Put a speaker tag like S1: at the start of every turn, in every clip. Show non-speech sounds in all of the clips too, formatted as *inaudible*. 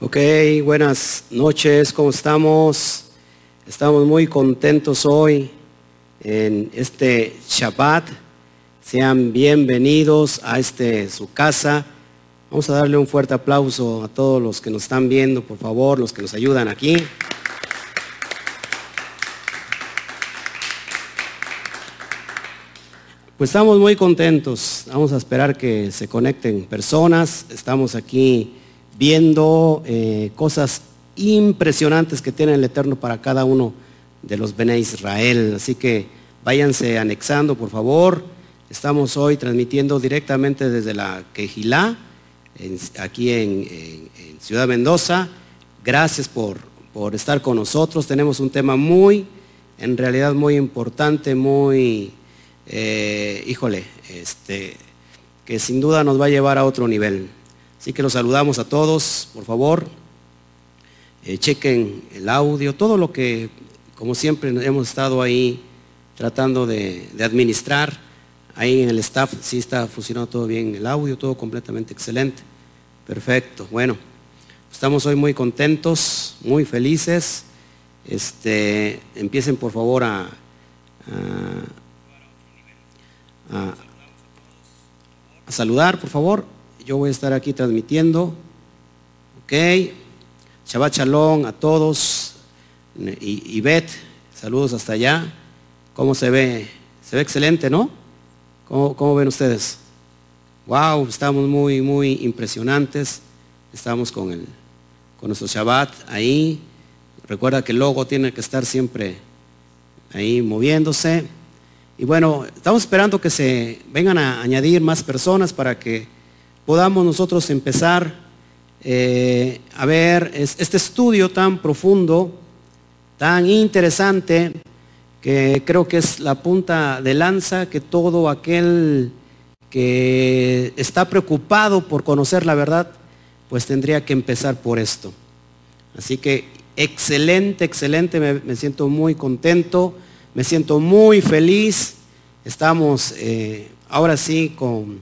S1: Ok, buenas noches, ¿cómo estamos? Estamos muy contentos hoy en este Shabbat. Sean bienvenidos a este su casa. Vamos a darle un fuerte aplauso a todos los que nos están viendo, por favor, los que nos ayudan aquí. Pues estamos muy contentos. Vamos a esperar que se conecten personas. Estamos aquí viendo eh, cosas impresionantes que tiene el Eterno para cada uno de los Bene Israel. Así que váyanse anexando, por favor. Estamos hoy transmitiendo directamente desde la Quejilá, en- aquí en, en- en Ciudad Mendoza. Gracias por, por estar con nosotros. Tenemos un tema muy, en realidad muy importante, muy, eh, híjole, este, que sin duda nos va a llevar a otro nivel. Así que los saludamos a todos, por favor. Eh, chequen el audio, todo lo que, como siempre, hemos estado ahí tratando de, de administrar. Ahí en el staff sí está funcionando todo bien, el audio, todo completamente excelente. Perfecto, bueno. Estamos hoy muy contentos, muy felices. Este, empiecen por favor a, a- a- a saludar, por favor. Yo voy a estar aquí transmitiendo. Ok. Shabbat Shalom a todos. Y, Ivette, saludos hasta allá. ¿Cómo se ve? Se ve excelente, ¿no? ¿Cómo, cómo ven ustedes? Wow, estamos muy, muy impresionantes. Estamos con, el, con nuestro Shabbat ahí. Recuerda que el logo tiene que estar siempre ahí moviéndose. Y bueno, estamos esperando que se vengan a añadir más personas para que podamos nosotros empezar eh, a ver es- este estudio tan profundo, tan interesante, que creo que es la punta de lanza que todo aquel que está preocupado por conocer la verdad, pues tendría que empezar por esto. Así que excelente, excelente, me, me siento muy contento, me siento muy feliz. Estamos eh, ahora sí con,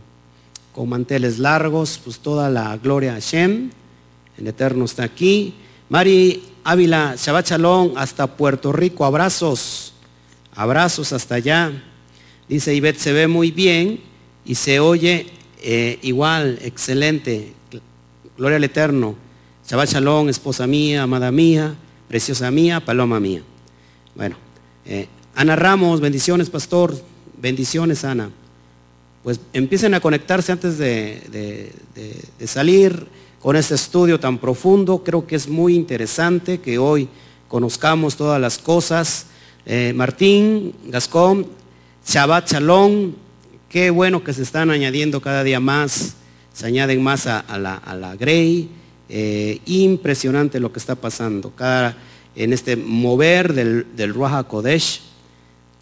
S1: con manteles largos, pues toda la gloria a Hashem, el Eterno está aquí. Mari Ávila, Shabbat Shalom, hasta Puerto Rico, abrazos, abrazos hasta allá. Dice Ivette, se ve muy bien y se oye eh, igual, excelente, gloria al Eterno. Shabbat Shalom, esposa mía, amada mía, preciosa mía, paloma mía. Bueno, eh, Ana Ramos, bendiciones, pastor. Bendiciones, Ana. Pues empiecen a conectarse antes de, de- de- de salir con este estudio tan profundo. Creo que es muy interesante que hoy conozcamos todas las cosas. Eh, Martín, Gascón, Shabbat Shalom, qué bueno que se están añadiendo cada día más, se añaden más a, a la, a la Grey. Eh, impresionante lo que está pasando cada, en este mover del, del Ruach HaKodesh.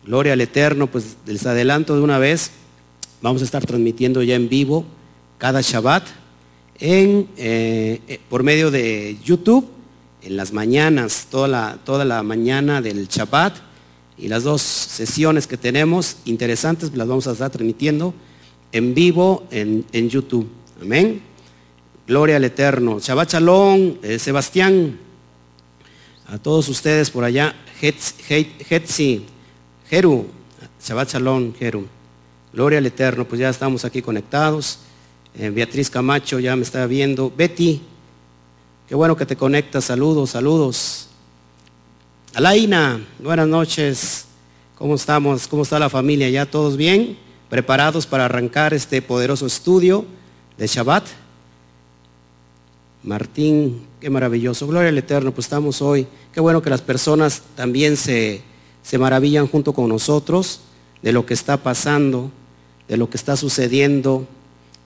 S1: Gloria al Eterno, pues les adelanto de una vez, vamos a estar transmitiendo ya en vivo cada Shabbat en, eh, eh, por medio de YouTube, en las mañanas, toda la, toda la mañana del Shabbat y las dos sesiones que tenemos interesantes las vamos a estar transmitiendo en vivo en, en YouTube. Amén. Gloria al Eterno. Shabbat Shalom, eh, Sebastián a todos ustedes por allá, Hetz- Het- Hetzi, Jeru, Shabbat Shalom, Jeru. Gloria al Eterno, pues ya estamos aquí conectados. Eh, Beatriz Camacho ya me está viendo. Betty, qué bueno que te conectas, saludos, saludos. Alaina, buenas noches. ¿Cómo estamos? ¿Cómo está la familia? ¿Ya todos bien? ¿Preparados para arrancar este poderoso estudio de Shabbat? Martín, qué maravilloso. Gloria al Eterno, pues estamos hoy. Qué bueno que las personas también se, se maravillan junto con nosotros de lo que está pasando, de lo que está sucediendo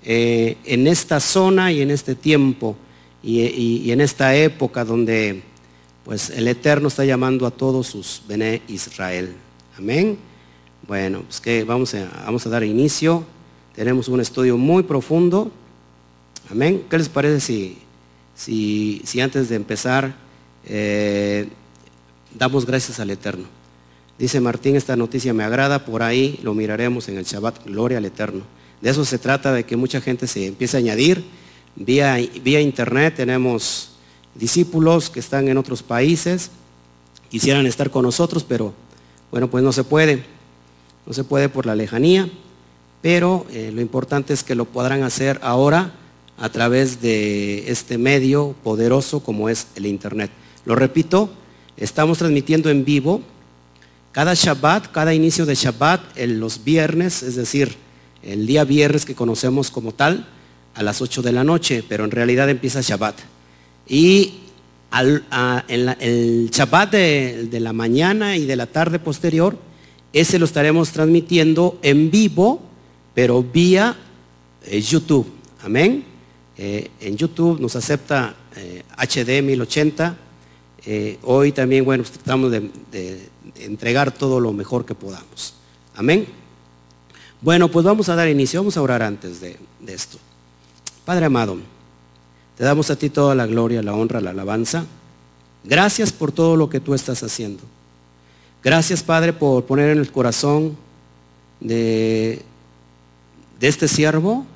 S1: eh, en esta zona y en este tiempo y, y- y en esta época donde pues el Eterno está llamando a todos sus Bene Israel. Amén. Bueno, pues que vamos a, vamos a dar inicio. Tenemos un estudio muy profundo. Amén. ¿Qué les parece si, si, si antes de empezar eh, damos gracias al Eterno? Dice Martín, esta noticia me agrada, por ahí lo miraremos en el Shabbat, gloria al Eterno. De eso se trata, de que mucha gente se empiece a añadir. Vía, vía internet tenemos discípulos que están en otros países. Quisieran estar con nosotros, pero bueno, pues no se puede. No se puede por la lejanía, pero eh, lo importante es que lo podrán hacer ahora a través de este medio poderoso como es el Internet. Lo repito, estamos transmitiendo en vivo cada Shabbat, cada inicio de Shabbat, en los viernes, es decir, el día viernes que conocemos como tal, a las 8 de la noche, pero en realidad empieza Shabbat. Y al, a- en la- el Shabbat de, de la mañana y de la tarde posterior, ese lo estaremos transmitiendo en vivo, pero vía eh, YouTube. Amén. Eh, en YouTube nos acepta eh, HD 1080. Eh, hoy también, bueno, pues, tratamos de, de entregar todo lo mejor que podamos. Amén. Bueno, pues vamos a dar inicio, vamos a orar antes de, de esto. Padre amado, te damos a ti toda la gloria, la honra, la alabanza. Gracias por todo lo que tú estás haciendo. Gracias, Padre, por poner en el corazón de, de este siervo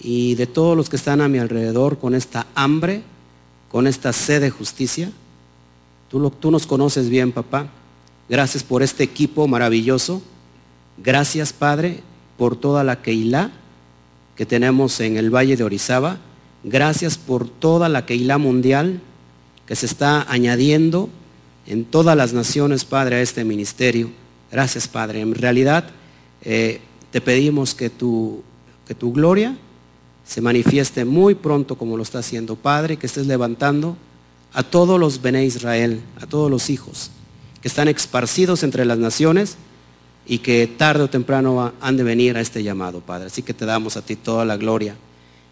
S1: y de todos los que están a mi alrededor con esta hambre, con esta sed de justicia. Tú, lo- tú nos conoces bien, papá. Gracias por este equipo maravilloso. Gracias, Padre, por toda la Keilah que tenemos en el Valle de Orizaba. Gracias por toda la Keilah mundial que se está añadiendo en todas las naciones, Padre, a este ministerio. Gracias, Padre. En realidad, eh, te pedimos que tu, que tu gloria se manifieste muy pronto como lo está haciendo, Padre, que estés levantando a todos los Bene Israel, a todos los hijos que están esparcidos entre las naciones y que tarde o temprano va- han de venir a este llamado, Padre. Así que te damos a ti toda la gloria.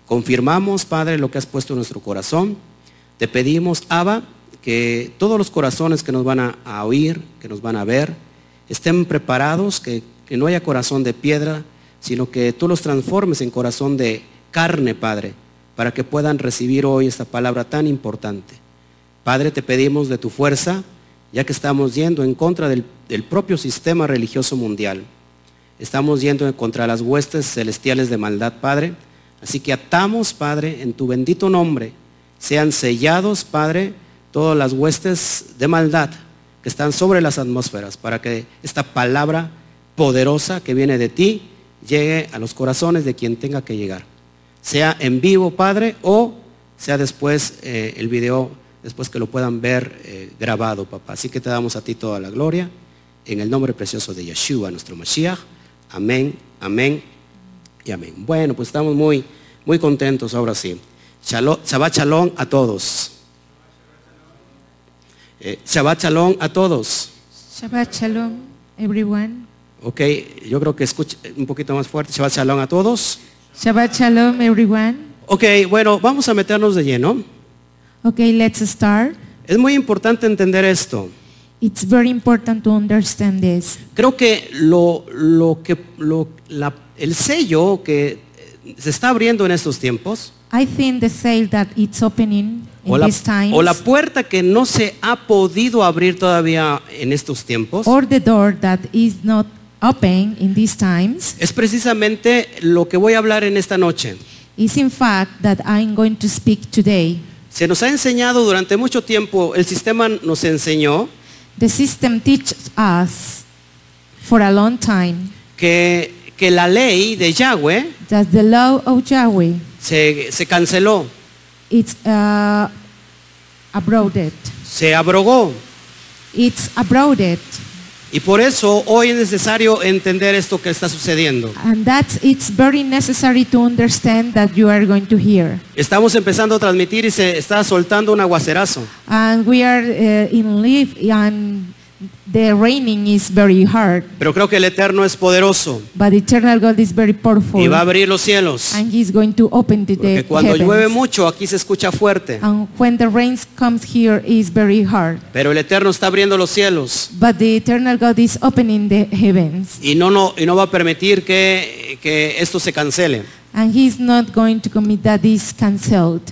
S1: Confirmamos, Padre, lo que has puesto en nuestro corazón. Te pedimos, Abba, que todos los corazones que nos van a, a oír, que nos van a ver, estén preparados, que, que no haya corazón de piedra, sino que tú los transformes en corazón de carne, Padre, para que puedan recibir hoy esta palabra tan importante. Padre, te pedimos de tu fuerza, ya que estamos yendo en contra del, del propio sistema religioso mundial. Estamos yendo en contra las huestes celestiales de maldad, Padre. Así que atamos, Padre, en tu bendito nombre. Sean sellados, Padre, todas las huestes de maldad que están sobre las atmósferas, para que esta palabra poderosa que viene de ti llegue a los corazones de quien tenga que llegar sea en vivo, Padre, o sea después eh, el video, después que lo puedan ver eh, grabado, papá. Así que te damos a ti toda la gloria, en el nombre precioso de Yeshua, nuestro Mashiach. Amén, amén y amén. Bueno, pues estamos muy, muy contentos ahora sí. Shalom, Shabbat shalom a todos. Eh, Shabbat shalom a todos.
S2: Shabbat Shalom, everyone.
S1: Ok, yo creo que escucha eh, un poquito más fuerte. Shabbat shalom a todos.
S2: Shabbat Shalom, everyone.
S1: Ok, bueno, vamos a meternos de lleno.
S2: Okay, let's start.
S1: Es muy importante entender esto.
S2: It's very important to understand this.
S1: Creo que, lo, lo que lo- la- el sello que eh, se está abriendo en estos tiempos,
S2: I think the sale that it's opening in
S1: o la,
S2: these times,
S1: o la puerta que no se ha podido abrir todavía en estos tiempos,
S2: or the door that is not open in these times,
S1: es precisamente lo que voy a hablar en esta noche.
S2: is in fact that I'm going to speak today.
S1: Se nos ha enseñado durante mucho tiempo, el sistema nos enseñó
S2: The system teaches us for a long time
S1: que, que la ley de Yahweh
S2: that the law of Yahweh
S1: se, se canceló,
S2: is uh, abroaded.
S1: se abrogó.
S2: It's abroaded.
S1: Y por eso hoy es necesario entender esto que está sucediendo.
S2: And that's it's very necessary to understand that you are going to hear.
S1: Estamos empezando a transmitir y se está soltando un aguacerazo.
S2: And we are uh, in live and the raining is very hard,
S1: Pero creo que el Eterno es poderoso
S2: but eternal God is very powerful.
S1: y va a abrir los cielos.
S2: And he's going to open the, the
S1: Porque cuando
S2: heavens. Ah.
S1: llueve mucho aquí se escucha fuerte.
S2: And when the rain comes here is very hard.
S1: Pero el Eterno está abriendo los cielos
S2: But the eternal God is opening the heavens.
S1: y no, no, y no va a permitir que, que esto se cancele.
S2: And he's not going to commit that is cancelled.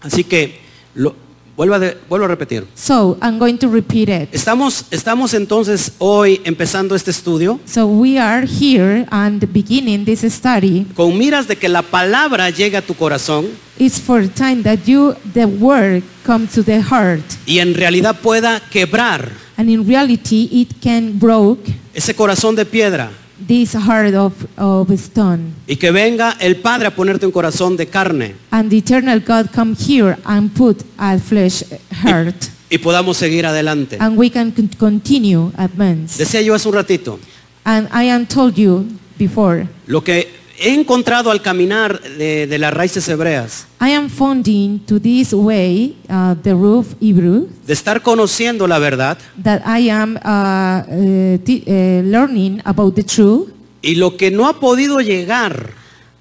S1: Así que lo- Vuelvo a, de- vuelvo a repetir.
S2: So I'm going to repeat it.
S1: Estamos, estamos entonces hoy empezando este estudio
S2: So we are here and beginning this study.
S1: con miras de que la palabra llegue a tu corazón
S2: It's for the time that you, the word, come to the heart,
S1: y en realidad pueda quebrar
S2: and in reality, it can broke
S1: ese corazón de piedra
S2: this heart of, of stone.
S1: y que venga el Padre a ponerte un corazón de carne
S2: And the eternal God come here and put a flesh heart,
S1: y podamos seguir adelante.
S2: and we can con- continue advance.
S1: Decía yo hace un ratito,
S2: And I am told you before,
S1: lo que he encontrado al caminar de, de las raíces hebreas,
S2: I am founding to this way uh, the roof Hebrew
S1: de estar conociendo la verdad
S2: that I am uh, uh, t- uh, learning about the truth
S1: y lo que no ha podido llegar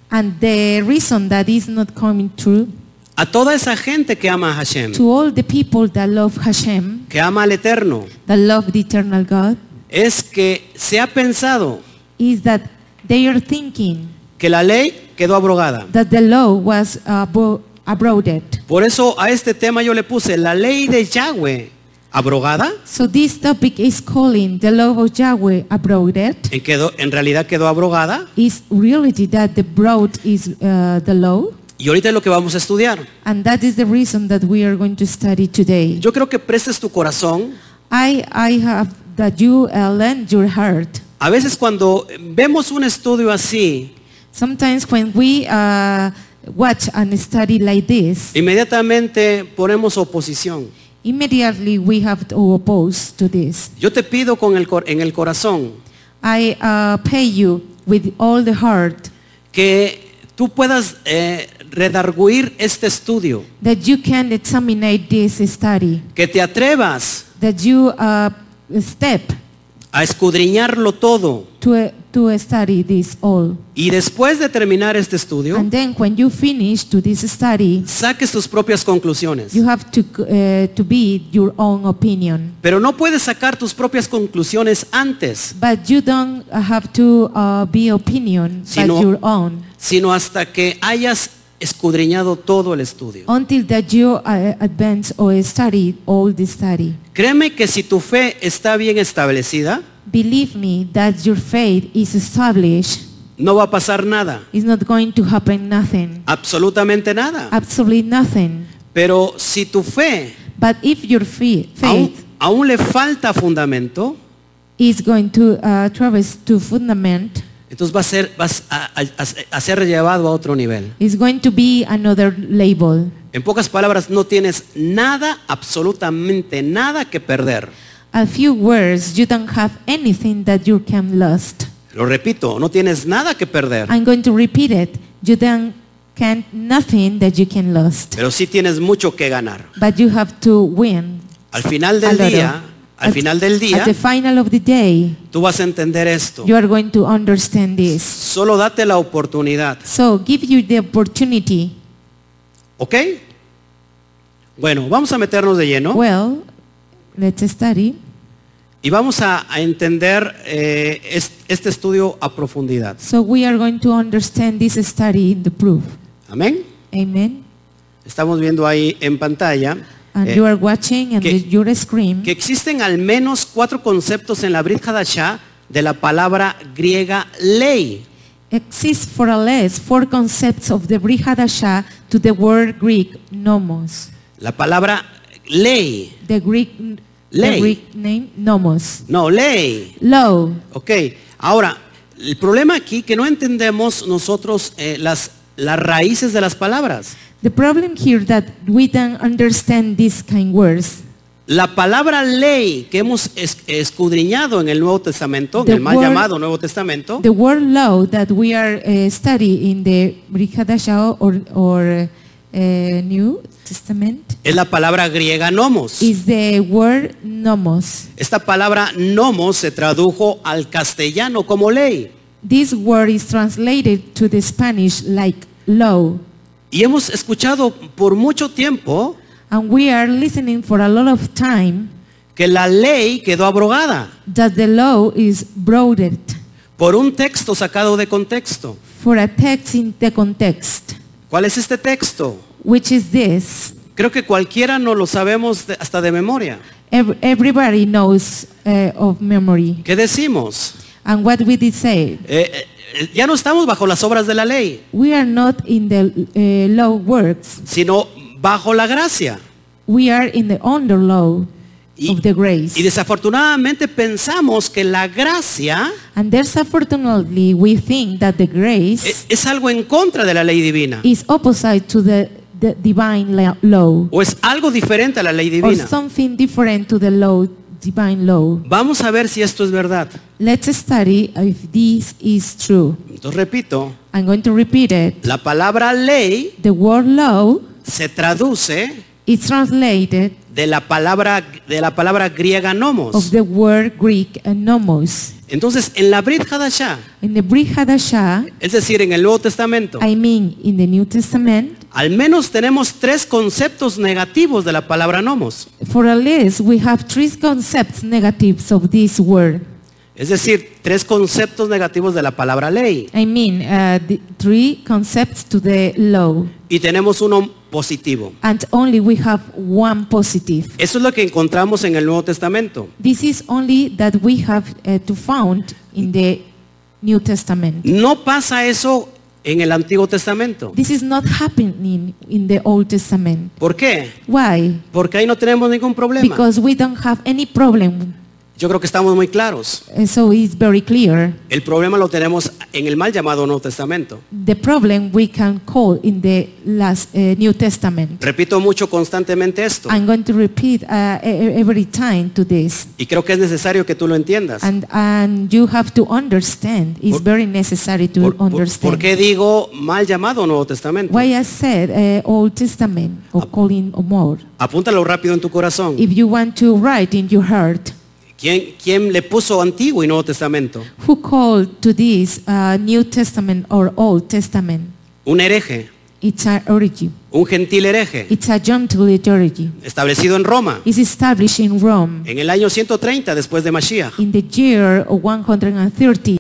S2: and the reason that is not coming true
S1: a toda esa gente que ama a Hashem,
S2: to all the people that love Hashem,
S1: que ama al Eterno,
S2: that love the eternal God,
S1: es que se ha pensado
S2: is that they are thinking
S1: que la ley quedó abrogada.
S2: that the law was abro- abroaded.
S1: Por eso a este tema yo le puse la ley de Yahweh abrogada,
S2: So this topic is calling the law of Yahweh abroaded.
S1: en, quedó, en realidad quedó abrogada,
S2: Is reality that the broad is uh, the law,
S1: y ahorita es lo que vamos a estudiar.
S2: and that is the reason that we are going to study today.
S1: Yo creo que prestes tu corazón.
S2: I I have that you uh, lend your heart.
S1: A veces cuando vemos un estudio así,
S2: Sometimes when we uh, watch and study like this,
S1: inmediatamente ponemos oposición.
S2: immediately we have to oppose to this.
S1: Yo te pido con el, cor- en el corazón
S2: I uh, pay you with all the heart
S1: que tú puedas eh, redarguir este estudio,
S2: that you can examine this study,
S1: que te atrevas
S2: that you uh, step
S1: a escudriñarlo todo
S2: to to study this all.
S1: y después de terminar este estudio,
S2: And then when you finish to this study,
S1: saques tus propias conclusiones.
S2: you have to, uh, to be your own opinion.
S1: Pero no puedes sacar tus propias conclusiones antes,
S2: But you don't have to uh, be opinion,
S1: Si
S2: but
S1: no-
S2: your own.
S1: sino hasta que hayas escudriñado todo el estudio.
S2: Until that you uh, advance or study all the study.
S1: Créeme que si tu fe está bien establecida,
S2: Believe me that your faith is established.
S1: no va a pasar nada,
S2: It's not going to happen nothing.
S1: absolutamente nada.
S2: Absolutely nothing.
S1: Pero si tu fe
S2: But if your fe- faith
S1: aún, aún le falta fundamento,
S2: is going to uh, traverse to fundament,
S1: entonces va a ser, vas a, a- a ser llevado a otro nivel.
S2: it's going to be another label.
S1: En pocas palabras, no tienes nada, absolutamente nada que perder.
S2: A few words, you don't have anything that you can lost.
S1: Lo repito, no tienes nada que perder,
S2: I'm going to repeat it. You don't can nothing that you can lost,
S1: pero sí tienes mucho que ganar.
S2: but you have to win.
S1: Al final
S2: a
S1: del
S2: lot
S1: día,
S2: of-
S1: al
S2: at-
S1: final del día,
S2: at the final of the day,
S1: tú vas a entender esto.
S2: you are going to understand this.
S1: Solo date la oportunidad,
S2: So give you the opportunity.
S1: ¿ok? Bueno, vamos a meternos de lleno
S2: Well, let's study.
S1: y vamos a, a entender eh, es- este estudio a profundidad.
S2: So we are going to understand this study in the proof.
S1: Amén.
S2: Amen.
S1: Estamos viendo ahí en pantalla
S2: And
S1: eh,
S2: you are watching and
S1: que-
S2: your screen.
S1: que existen al menos cuatro conceptos en la Brit Hadashah de la palabra griega ley.
S2: exists for a less four concepts of the Brihadasha to the word Greek nomos.
S1: La palabra ley.
S2: The Greek, the
S1: Ley.
S2: Greek name nomos.
S1: No, ley.
S2: Law.
S1: Ok, ahora, el problema aquí que no entendemos nosotros eh, las, las raíces de las palabras.
S2: The problem here that we don't understand these kind words.
S1: La palabra ley que hemos es- escudriñado en el Nuevo Testamento, en
S2: The
S1: el mal
S2: word-
S1: llamado Nuevo Testamento,
S2: The word law that we are uh, studying in the Brihadasha or, or uh, New Testament
S1: es la palabra griega nomos.
S2: is the word nomos.
S1: Esta palabra nomos se tradujo al castellano como ley.
S2: This word is translated to the Spanish like law.
S1: Y hemos escuchado por mucho tiempo
S2: And we are listening for a lot of time
S1: que la ley quedó abrogada
S2: that the law is broadened
S1: por un texto sacado de contexto.
S2: for a text in the context,
S1: ¿Cuál es este texto?
S2: which is this
S1: Creo que cualquiera no lo sabemos de- hasta de memoria.
S2: Ev- Everybody knows uh, of memory.
S1: ¿Qué decimos?
S2: And what we did say,
S1: Eh, eh, eh, ya no estamos bajo las obras de la ley,
S2: we are not in the uh, law works.
S1: sino bajo la gracia.
S2: We are in the under law of the grace.
S1: y desafortunadamente pensamos que la gracia
S2: and there's unfortunately we think that the
S1: e-
S2: grace
S1: es, algo en contra de la ley divina
S2: is opposite to the, the divine la- law
S1: o es algo diferente a la ley
S2: or
S1: divina.
S2: something different to the law, divine law.
S1: Vamos a ver si esto es verdad.
S2: Let's study if this is true.
S1: Entonces repito,
S2: I'm going to repeat it.
S1: la palabra ley
S2: The word law
S1: se traduce
S2: is translated
S1: de la palabra, de la palabra griega
S2: of
S1: nomos.
S2: the word Greek and nomos.
S1: Entonces, en la Brit Hadashah,
S2: In the Brit Hadashah,
S1: es decir, en el Nuevo Testamento,
S2: I mean in the New Testament,
S1: al menos tenemos tres conceptos negativos de la palabra nomos.
S2: for a list we have three concepts negatives of this word.
S1: Es decir, tres conceptos negativos de la palabra ley.
S2: I mean uh, the three concepts to the law,
S1: Y tenemos uno positivo.
S2: and only we have one positive.
S1: Eso es lo que encontramos en el Nuevo Testamento.
S2: This is only that we have uh, to found in the New Testament.
S1: No pasa eso en el Antiguo Testamento.
S2: This is not happening in the Old Testament.
S1: ¿Por qué?
S2: Why?
S1: Porque ahí no tenemos ningún problema.
S2: Because we don't have any problem.
S1: Yo creo que estamos muy claros.
S2: And so it's very clear.
S1: El problema lo tenemos en el mal llamado Nuevo Testamento.
S2: the problem we can call in the last uh, New Testament.
S1: Repito mucho constantemente esto
S2: I'm going to repeat uh, e- e- every time to this,
S1: y creo que es necesario que tú lo entiendas.
S2: and and you have to understand. It's
S1: Por-
S2: very necessary to
S1: ¿Por, por- por
S2: understand.
S1: qué digo mal llamado Nuevo Testamento?
S2: Why I said uh, Old Testament or
S1: Ah.
S2: calling more.
S1: Apúntalo rápido en tu corazón.
S2: If you want to write in your heart,
S1: ¿Quién, quién le puso Antiguo y Nuevo Testamento?
S2: who called to this uh, New Testament or Old Testament?
S1: Un hereje,
S2: It's an origin.
S1: un gentil hereje,
S2: It's a Gentile origin.
S1: establecido en Roma
S2: It's established in Rome.
S1: en el año 130 después de Mashiach,
S2: in the year of 130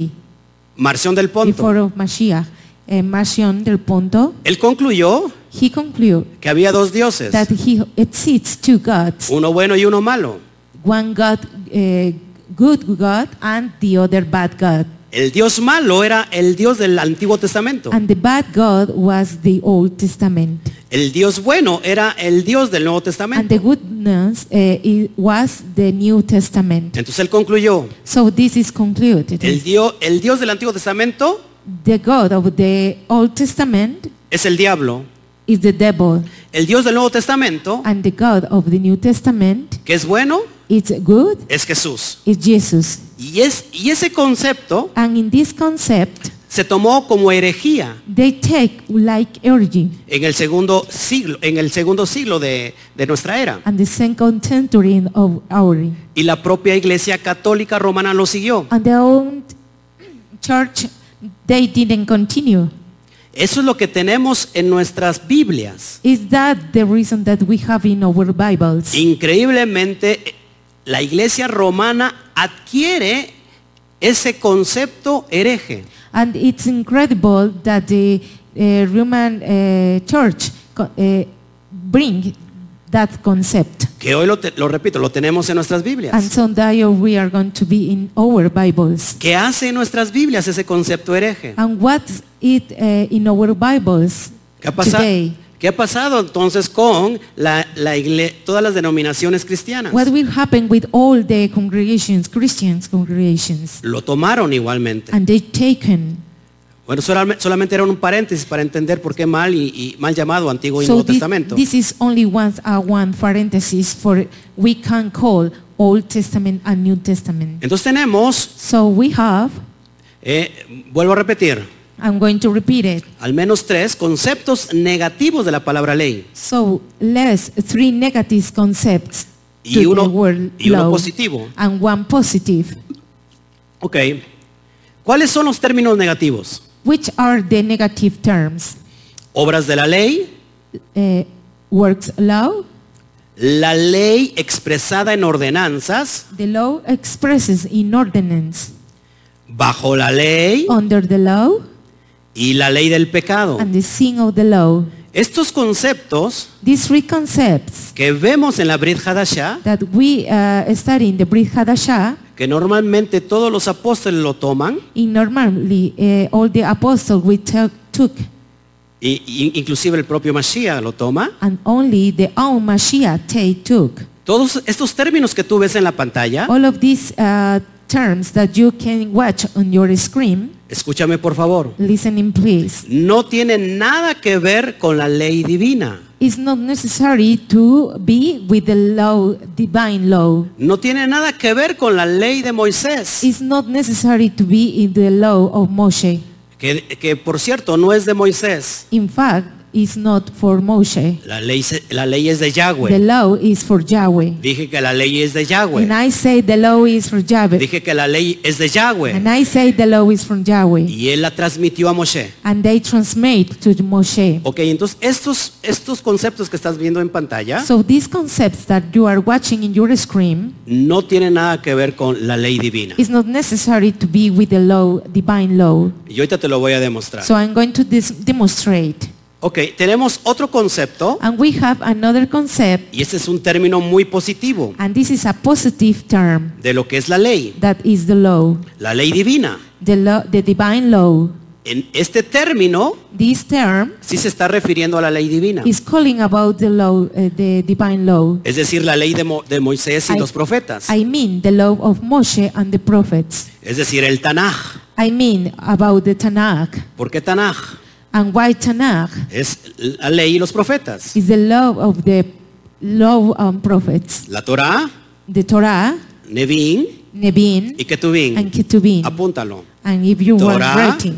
S1: Marción del Ponto.
S2: before of Mashiach, eh, Marcion del Ponto,
S1: Él concluyó
S2: he concluded
S1: que había dos dioses,
S2: that he exists two gods,
S1: uno bueno y uno malo.
S2: one God, eh, good God, and the other bad God.
S1: El dios malo era el dios del Antiguo Testamento.
S2: And the bad God was the Old Testament,
S1: El dios bueno era el dios del Nuevo
S2: and
S1: Testamento.
S2: the goodness eh, it was the New Testament.
S1: Entonces él concluyó,
S2: So this is concluded.
S1: el, dio- el dios del Antiguo Testamento
S2: The God of the Old Testament
S1: es el diablo.
S2: is the devil,
S1: El dios del Nuevo Testamento,
S2: and the God of the New Testament
S1: que es bueno,
S2: It's good,
S1: es Jesús.
S2: it's Jesus.
S1: Y, es, y ese concepto
S2: And in this concept,
S1: se tomó como herejía
S2: they take like origin
S1: en el segundo siglo, en el segundo siglo de, de nuestra era.
S2: and the same contemporary of our.
S1: Y la propia Iglesia Católica Romana lo siguió.
S2: And their own church, they didn't continue.
S1: Eso es lo que tenemos en nuestras Biblias.
S2: Is that the reason that we have in our Bibles?
S1: Increíblemente, la Iglesia Romana adquiere ese concepto hereje.
S2: And it's incredible that the uh, Roman uh, church co- uh, bring that concept.
S1: Que hoy lo, te- lo repito, lo tenemos en nuestras
S2: And
S1: Biblias.
S2: someday we are going to be in our Bibles.
S1: ¿Qué hace en nuestras Biblias ese concepto hereje?
S2: And what it uh, in our Bibles
S1: ¿Qué ha, pasa-
S2: today?
S1: qué ha pasado entonces con la, la igle- todas las denominaciones cristianas?
S2: What will happen with all the congregations, Christians congregations,
S1: Lo tomaron igualmente.
S2: and they taken?
S1: Bueno, solamente, solamente era un paréntesis para entender por qué mal y, y mal llamado Antiguo y
S2: so
S1: Nuevo
S2: thi-
S1: Testamento.
S2: this is only one uh, one parenthesis for we can call Old Testament and New Testament.
S1: Entonces tenemos,
S2: So we have.
S1: eh, vuelvo a repetir,
S2: I'm going to repeat it.
S1: al menos tres conceptos negativos de la palabra ley
S2: So less three negative concepts
S1: Y
S2: to
S1: uno-
S2: the word
S1: y uno
S2: law,
S1: positivo.
S2: and one positive.
S1: Ok. ¿Cuáles son los términos negativos?
S2: Which are the negative terms?
S1: Obras de la ley,
S2: uh, works law.
S1: la ley expresada en ordenanzas,
S2: The law expresses in ordinance
S1: bajo la ley
S2: Oh. under the law
S1: y la ley del pecado.
S2: and the sin of the law.
S1: Estos conceptos
S2: These three concepts
S1: que vemos en la Brit Hadashah,
S2: that we uh, study in the Brit Hadashah,
S1: que normalmente todos los apóstoles lo toman,
S2: in normally uh, all the apostles we took, took,
S1: y, y- inclusive el propio Mashiach lo toma,
S2: and only the own Mashiach they took.
S1: todos estos términos que tú ves en la pantalla,
S2: All of these uh, terms that you can watch on your screen,
S1: escúchame por favor,
S2: listening please,
S1: no tienen nada que ver con la ley divina,
S2: it's not necessary to be with the law, divine law.
S1: no tiene nada que ver con la ley de Moisés,
S2: It's not necessary to be in the law of Moshe.
S1: que, que por cierto no es de Moisés,
S2: In fact, it's not for Moshe.
S1: la ley, se- la ley es de
S2: The
S1: Yahweh.
S2: law is for Yahweh.
S1: Dije que la ley es de
S2: And
S1: Yahweh.
S2: I say the law is for Yahweh.
S1: Dije que la ley es de Yahweh.
S2: And I say the law is from Yahweh.
S1: Y él la transmitió a Moshe.
S2: And they transmit to Moshe.
S1: Ok, entonces estos, estos conceptos que estás viendo en pantalla
S2: So these concepts that you are watching in your screen
S1: no tienen nada que ver con la ley divina.
S2: is not necessary to be with the law, divine law.
S1: Y ahorita te lo voy a demostrar.
S2: So I'm going to dis- demonstrate.
S1: Ok, tenemos otro concepto
S2: And we have another concept,
S1: y este es un término muy positivo
S2: and this is a positive term
S1: de lo que es la ley,
S2: that is the law,
S1: la ley divina.
S2: the law, the divine law.
S1: En este término
S2: This term
S1: sí se está refiriendo a la ley divina,
S2: is calling about the law, uh, the divine law.
S1: es decir, la ley de, Mo- de Moisés y
S2: I-
S1: los profetas,
S2: I mean the law of Moshe and the prophets.
S1: es decir, el Tanaj.
S2: I mean about the Tanakh.
S1: ¿Por qué Tanaj?
S2: And why Tanakh
S1: Es la ley y los profetas.
S2: is the law of the law and prophets.
S1: La Torah,
S2: The Torah,
S1: Nevin
S2: Nebin,
S1: y Ketuvim.
S2: and Ketubim.
S1: Apúntalo.
S2: And if you want
S1: Torah,
S2: writing,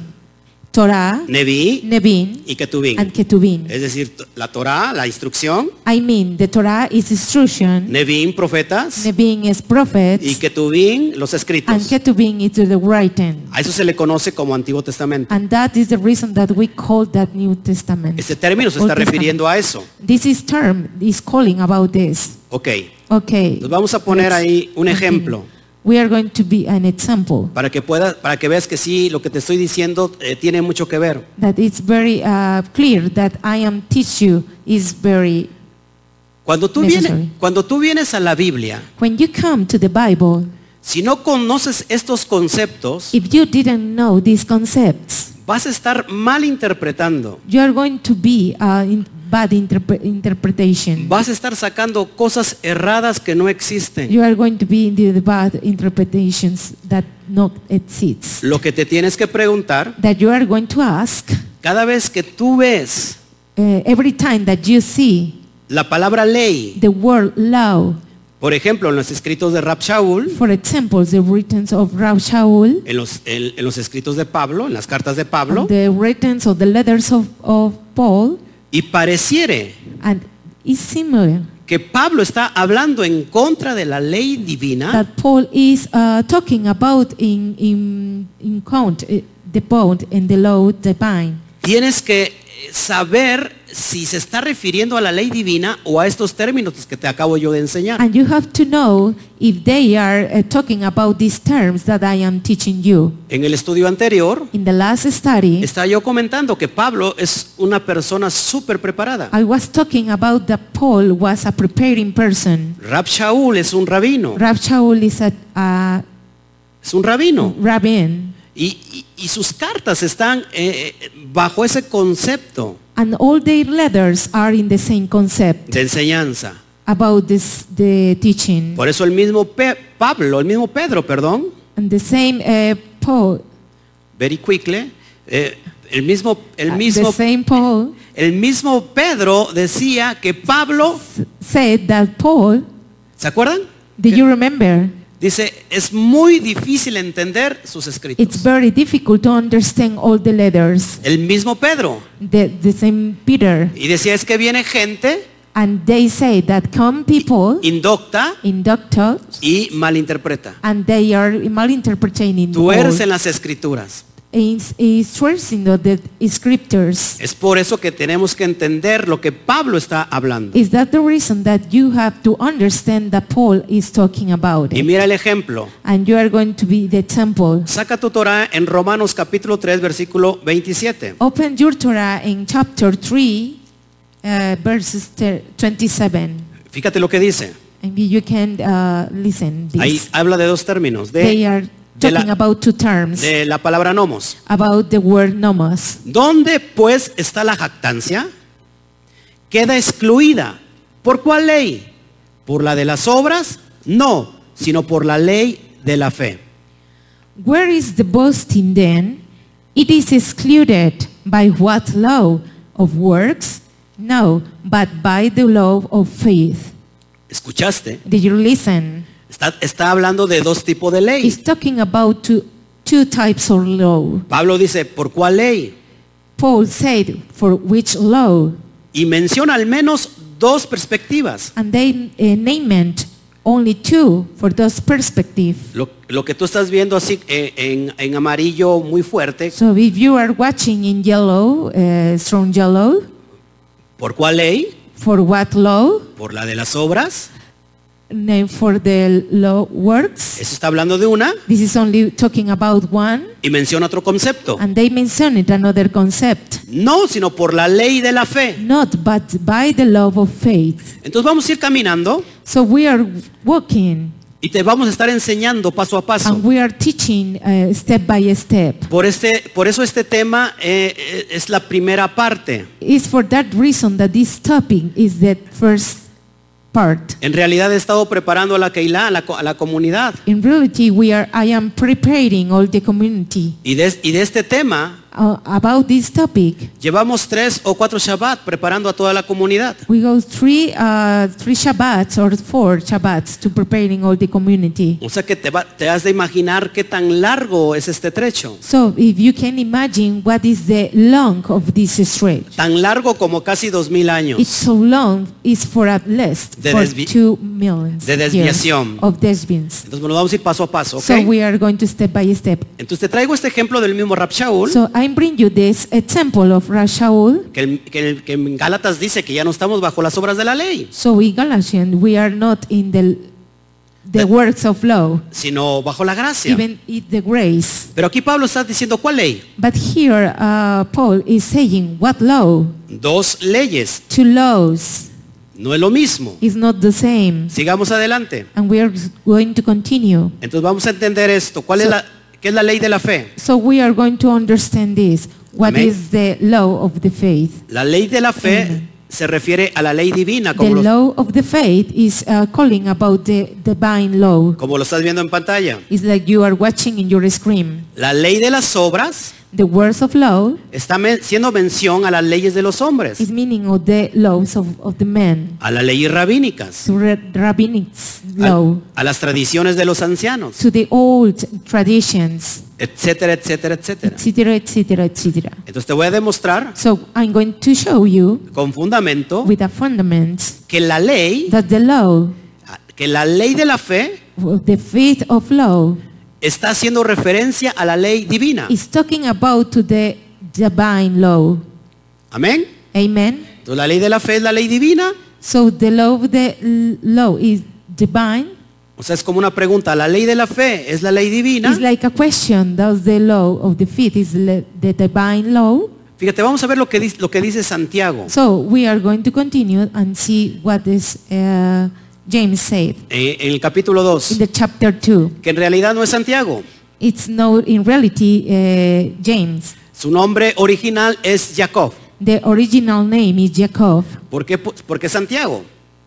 S2: Torah,
S1: Nevi
S2: Nebin,
S1: y Ketuvim.
S2: and Ketubim.
S1: Es decir, t- la Torá, la instrucción,
S2: I mean the Torah is instruction,
S1: Nevin, profetas,
S2: Nebin is
S1: y
S2: prophets,
S1: Ketuvim, los
S2: and
S1: escritos.
S2: Ketubim is the writing.
S1: A eso se le conoce como Antiguo Testamento.
S2: And that is the reason that we call that New Testament.
S1: Este término se
S2: Old
S1: está
S2: Testament.
S1: refiriendo a eso.
S2: This is term is calling about this.
S1: Ok,
S2: Okay.
S1: Nos vamos a poner
S2: let's
S1: ahí un
S2: continue.
S1: ejemplo.
S2: We are going to be an example
S1: para que puedas, para que veas que sí, lo que te estoy diciendo eh, tiene mucho que ver.
S2: that it's very uh, clear that I am teach you is very.
S1: Cuando tú,
S2: Necessary.
S1: vienes, cuando tú vienes a la Biblia,
S2: When you come to the Bible,
S1: si no conoces estos conceptos,
S2: if you didn't know these concepts,
S1: vas a estar mal interpretando.
S2: you are going to be uh, in bad interpre- interpretation.
S1: Vas a estar sacando cosas erradas que no existen.
S2: You are going to be in the bad interpretations that not exists.
S1: Lo que te tienes que preguntar,
S2: That you are going to ask
S1: cada vez que tú ves
S2: uh, every time that you see
S1: la palabra ley,
S2: the word law
S1: por ejemplo, en los escritos de Rab Shaul,
S2: For example, the writings of Rav Shaul,
S1: en los, en- en los escritos de Pablo, en las cartas de Pablo,
S2: and the writings of the letters of, of Paul,
S1: y pareciere
S2: and it's similar
S1: que Pablo está hablando en contra de la ley divina,
S2: that Paul is uh, talking about in, in, in count, eh, the bond and the law divine.
S1: tienes que eh, saber si se está refiriendo a la ley divina o a estos términos que te acabo yo de enseñar.
S2: And you have to know if they are uh, talking about these terms that I am teaching you.
S1: En el estudio anterior,
S2: In the last study,
S1: estaba yo comentando que Pablo es una persona súper preparada.
S2: I was talking about that Paul was a preparing person.
S1: Rab Shaul es un rabino,
S2: Rav Shaul is a, a
S1: es un rabino.
S2: rabbin.
S1: Y, y- y sus cartas están eh, eh, bajo ese concepto
S2: And all their letters are in the same concept
S1: de enseñanza.
S2: about this the teaching.
S1: Por eso el mismo Pe- Pablo, el mismo Pedro, perdón,
S2: And the same uh, Paul,
S1: very quickly, eh, el mismo, el
S2: Ah, the
S1: mismo,
S2: same Paul
S1: el mismo Pedro decía que Pablo,
S2: s- said that Paul,
S1: ¿se acuerdan?
S2: do you remember?
S1: Dice, es muy difícil entender sus
S2: It's
S1: escritos.
S2: very difficult to understand all the letters.
S1: El mismo Pedro.
S2: The, the same Peter.
S1: Y decía, es que viene gente
S2: And they say that come people
S1: indocta
S2: in doctors
S1: y malinterpreta.
S2: and they are malinterpreting the
S1: Tuercen las escrituras.
S2: is is twisting the, the scriptures.
S1: Es por eso que tenemos que entender lo que Pablo está hablando.
S2: Is that the reason that you have to understand that Paul is talking about
S1: Y
S2: it?
S1: mira el ejemplo.
S2: And you are going to be the temple.
S1: Saca tu Torah en Romanos capítulo 3 versículo 27.
S2: Open your Torah in chapter 3, uh, verses ter- 27.
S1: Fíjate lo que dice.
S2: And you- you can uh, listen this.
S1: Ahí habla de dos términos.
S2: they
S1: De,
S2: are
S1: de
S2: talking
S1: la-
S2: about two terms
S1: de la palabra nomos.
S2: about the word nomos.
S1: ¿Dónde pues está la jactancia? Queda excluida. ¿Por cuál ley? ¿Por la de las obras? No, sino por la ley de la fe.
S2: Where is the boasting then? It is excluded by what law? Of works? No, but by the law of faith.
S1: ¿Escuchaste?
S2: Did you listen?
S1: Está, está hablando de dos tipos de
S2: It's
S1: ley.
S2: talking about two, two types of law.
S1: Pablo dice, ¿por cuál ley?
S2: Paul said, for which law?
S1: Y menciona al menos dos perspectivas.
S2: And they uh, named only two for those perspective.
S1: Lo, lo que tú estás viendo así eh, en, en amarillo muy fuerte,
S2: So if you are watching in yellow, uh, strong yellow,
S1: ¿por cuál ley?
S2: for what law?
S1: ¿Por la de las obras?
S2: Name for the law works.
S1: Eso está hablando de una
S2: This is only talking about one,
S1: y menciona otro concepto.
S2: and they mentioned another concept.
S1: No, sino por la ley de la fe.
S2: Not but by the love of faith.
S1: Entonces vamos a ir caminando
S2: So we are walking
S1: y te vamos a estar enseñando paso a paso.
S2: and we are teaching uh, step by step.
S1: Por, este, por eso este tema eh, eh, es la primera parte.
S2: It's for that reason that this topic is the first part.
S1: En realidad he estado preparando a la Keilah, a la, co- a la comunidad.
S2: In reality, we are, I am preparing all the community
S1: Y de, y de este tema
S2: uh, about this topic.
S1: llevamos tres o cuatro Shabbat preparando a toda la comunidad.
S2: We go three, uh, three Shabbats or four Shabbats to preparing all the community.
S1: O sea que te, va- te has de imaginar qué tan largo es este trecho.
S2: So if you can imagine what is the long of this stretch.
S1: Tan largo como casi dos mil años.
S2: It's so long, it's for at least
S1: De
S2: for
S1: desvi-
S2: two millions
S1: de
S2: years
S1: desviación.
S2: of desviance.
S1: Entonces, bueno, vamos a ir paso a paso, ¿ok?
S2: So we are going to step by step.
S1: Entonces, te traigo este ejemplo del mismo Rab Shaul,
S2: So I bring you this example of Rashaul.
S1: que, el- que el- que en Gálatas dice que ya no estamos bajo las obras de la ley,
S2: So in Galatians, we are not in the, the works of law,
S1: sino bajo la gracia.
S2: even in the grace.
S1: Pero aquí Pablo está diciendo, ¿cuál ley?
S2: But here, uh, Paul is saying, what law?
S1: Dos leyes,
S2: Two laws
S1: no es lo mismo.
S2: is not the same.
S1: Sigamos adelante.
S2: And we are going to continue.
S1: Entonces, vamos a entender esto. ¿Cuál es
S2: So-
S1: la, ¿Qué es la ley de la fe?
S2: So we are going to understand this. What
S1: Amén.
S2: is the law of the faith?
S1: La ley de la fe
S2: Amén.
S1: se refiere a la ley divina,
S2: The
S1: como lo,
S2: law of the faith is uh, calling about the divine law.
S1: como lo estás viendo en pantalla.
S2: It's like you are watching in your screen.
S1: La ley de las obras
S2: The words of law
S1: está men- siendo mención a las leyes de los hombres,
S2: is meaning of the laws of, of the men.
S1: a las leyes rabínicas,
S2: To ra- rabbinic law,
S1: a, a las tradiciones de los ancianos,
S2: to the old traditions,
S1: etcétera, etcétera, etcétera.
S2: etc., etc., etc.
S1: Entonces te voy a demostrar
S2: So I'm going to show you
S1: con fundamento
S2: with a fundament
S1: que la ley,
S2: that the law,
S1: que la ley de la fe
S2: the faith of law,
S1: está haciendo referencia a la ley divina.
S2: is talking about to the divine law.
S1: Amén.
S2: Amen.
S1: Entonces la ley de la fe es la ley divina.
S2: So the law of the l- law is divine.
S1: O sea, es como una pregunta. La ley de la fe es la ley divina.
S2: It's like a question. Does the law of the faith is le- the divine law?
S1: Fíjate, vamos a ver lo que, dice- lo que dice Santiago.
S2: So we are going to continue and see what is uh, James said
S1: eh, en el capítulo
S2: in
S1: 2,
S2: the chapter 2.
S1: que en realidad no es Santiago.
S2: It's no in reality uh, James.
S1: Su nombre original es Jacob.
S2: The original name is Jacob.
S1: ¿Por qué, pu- por qué Santiago?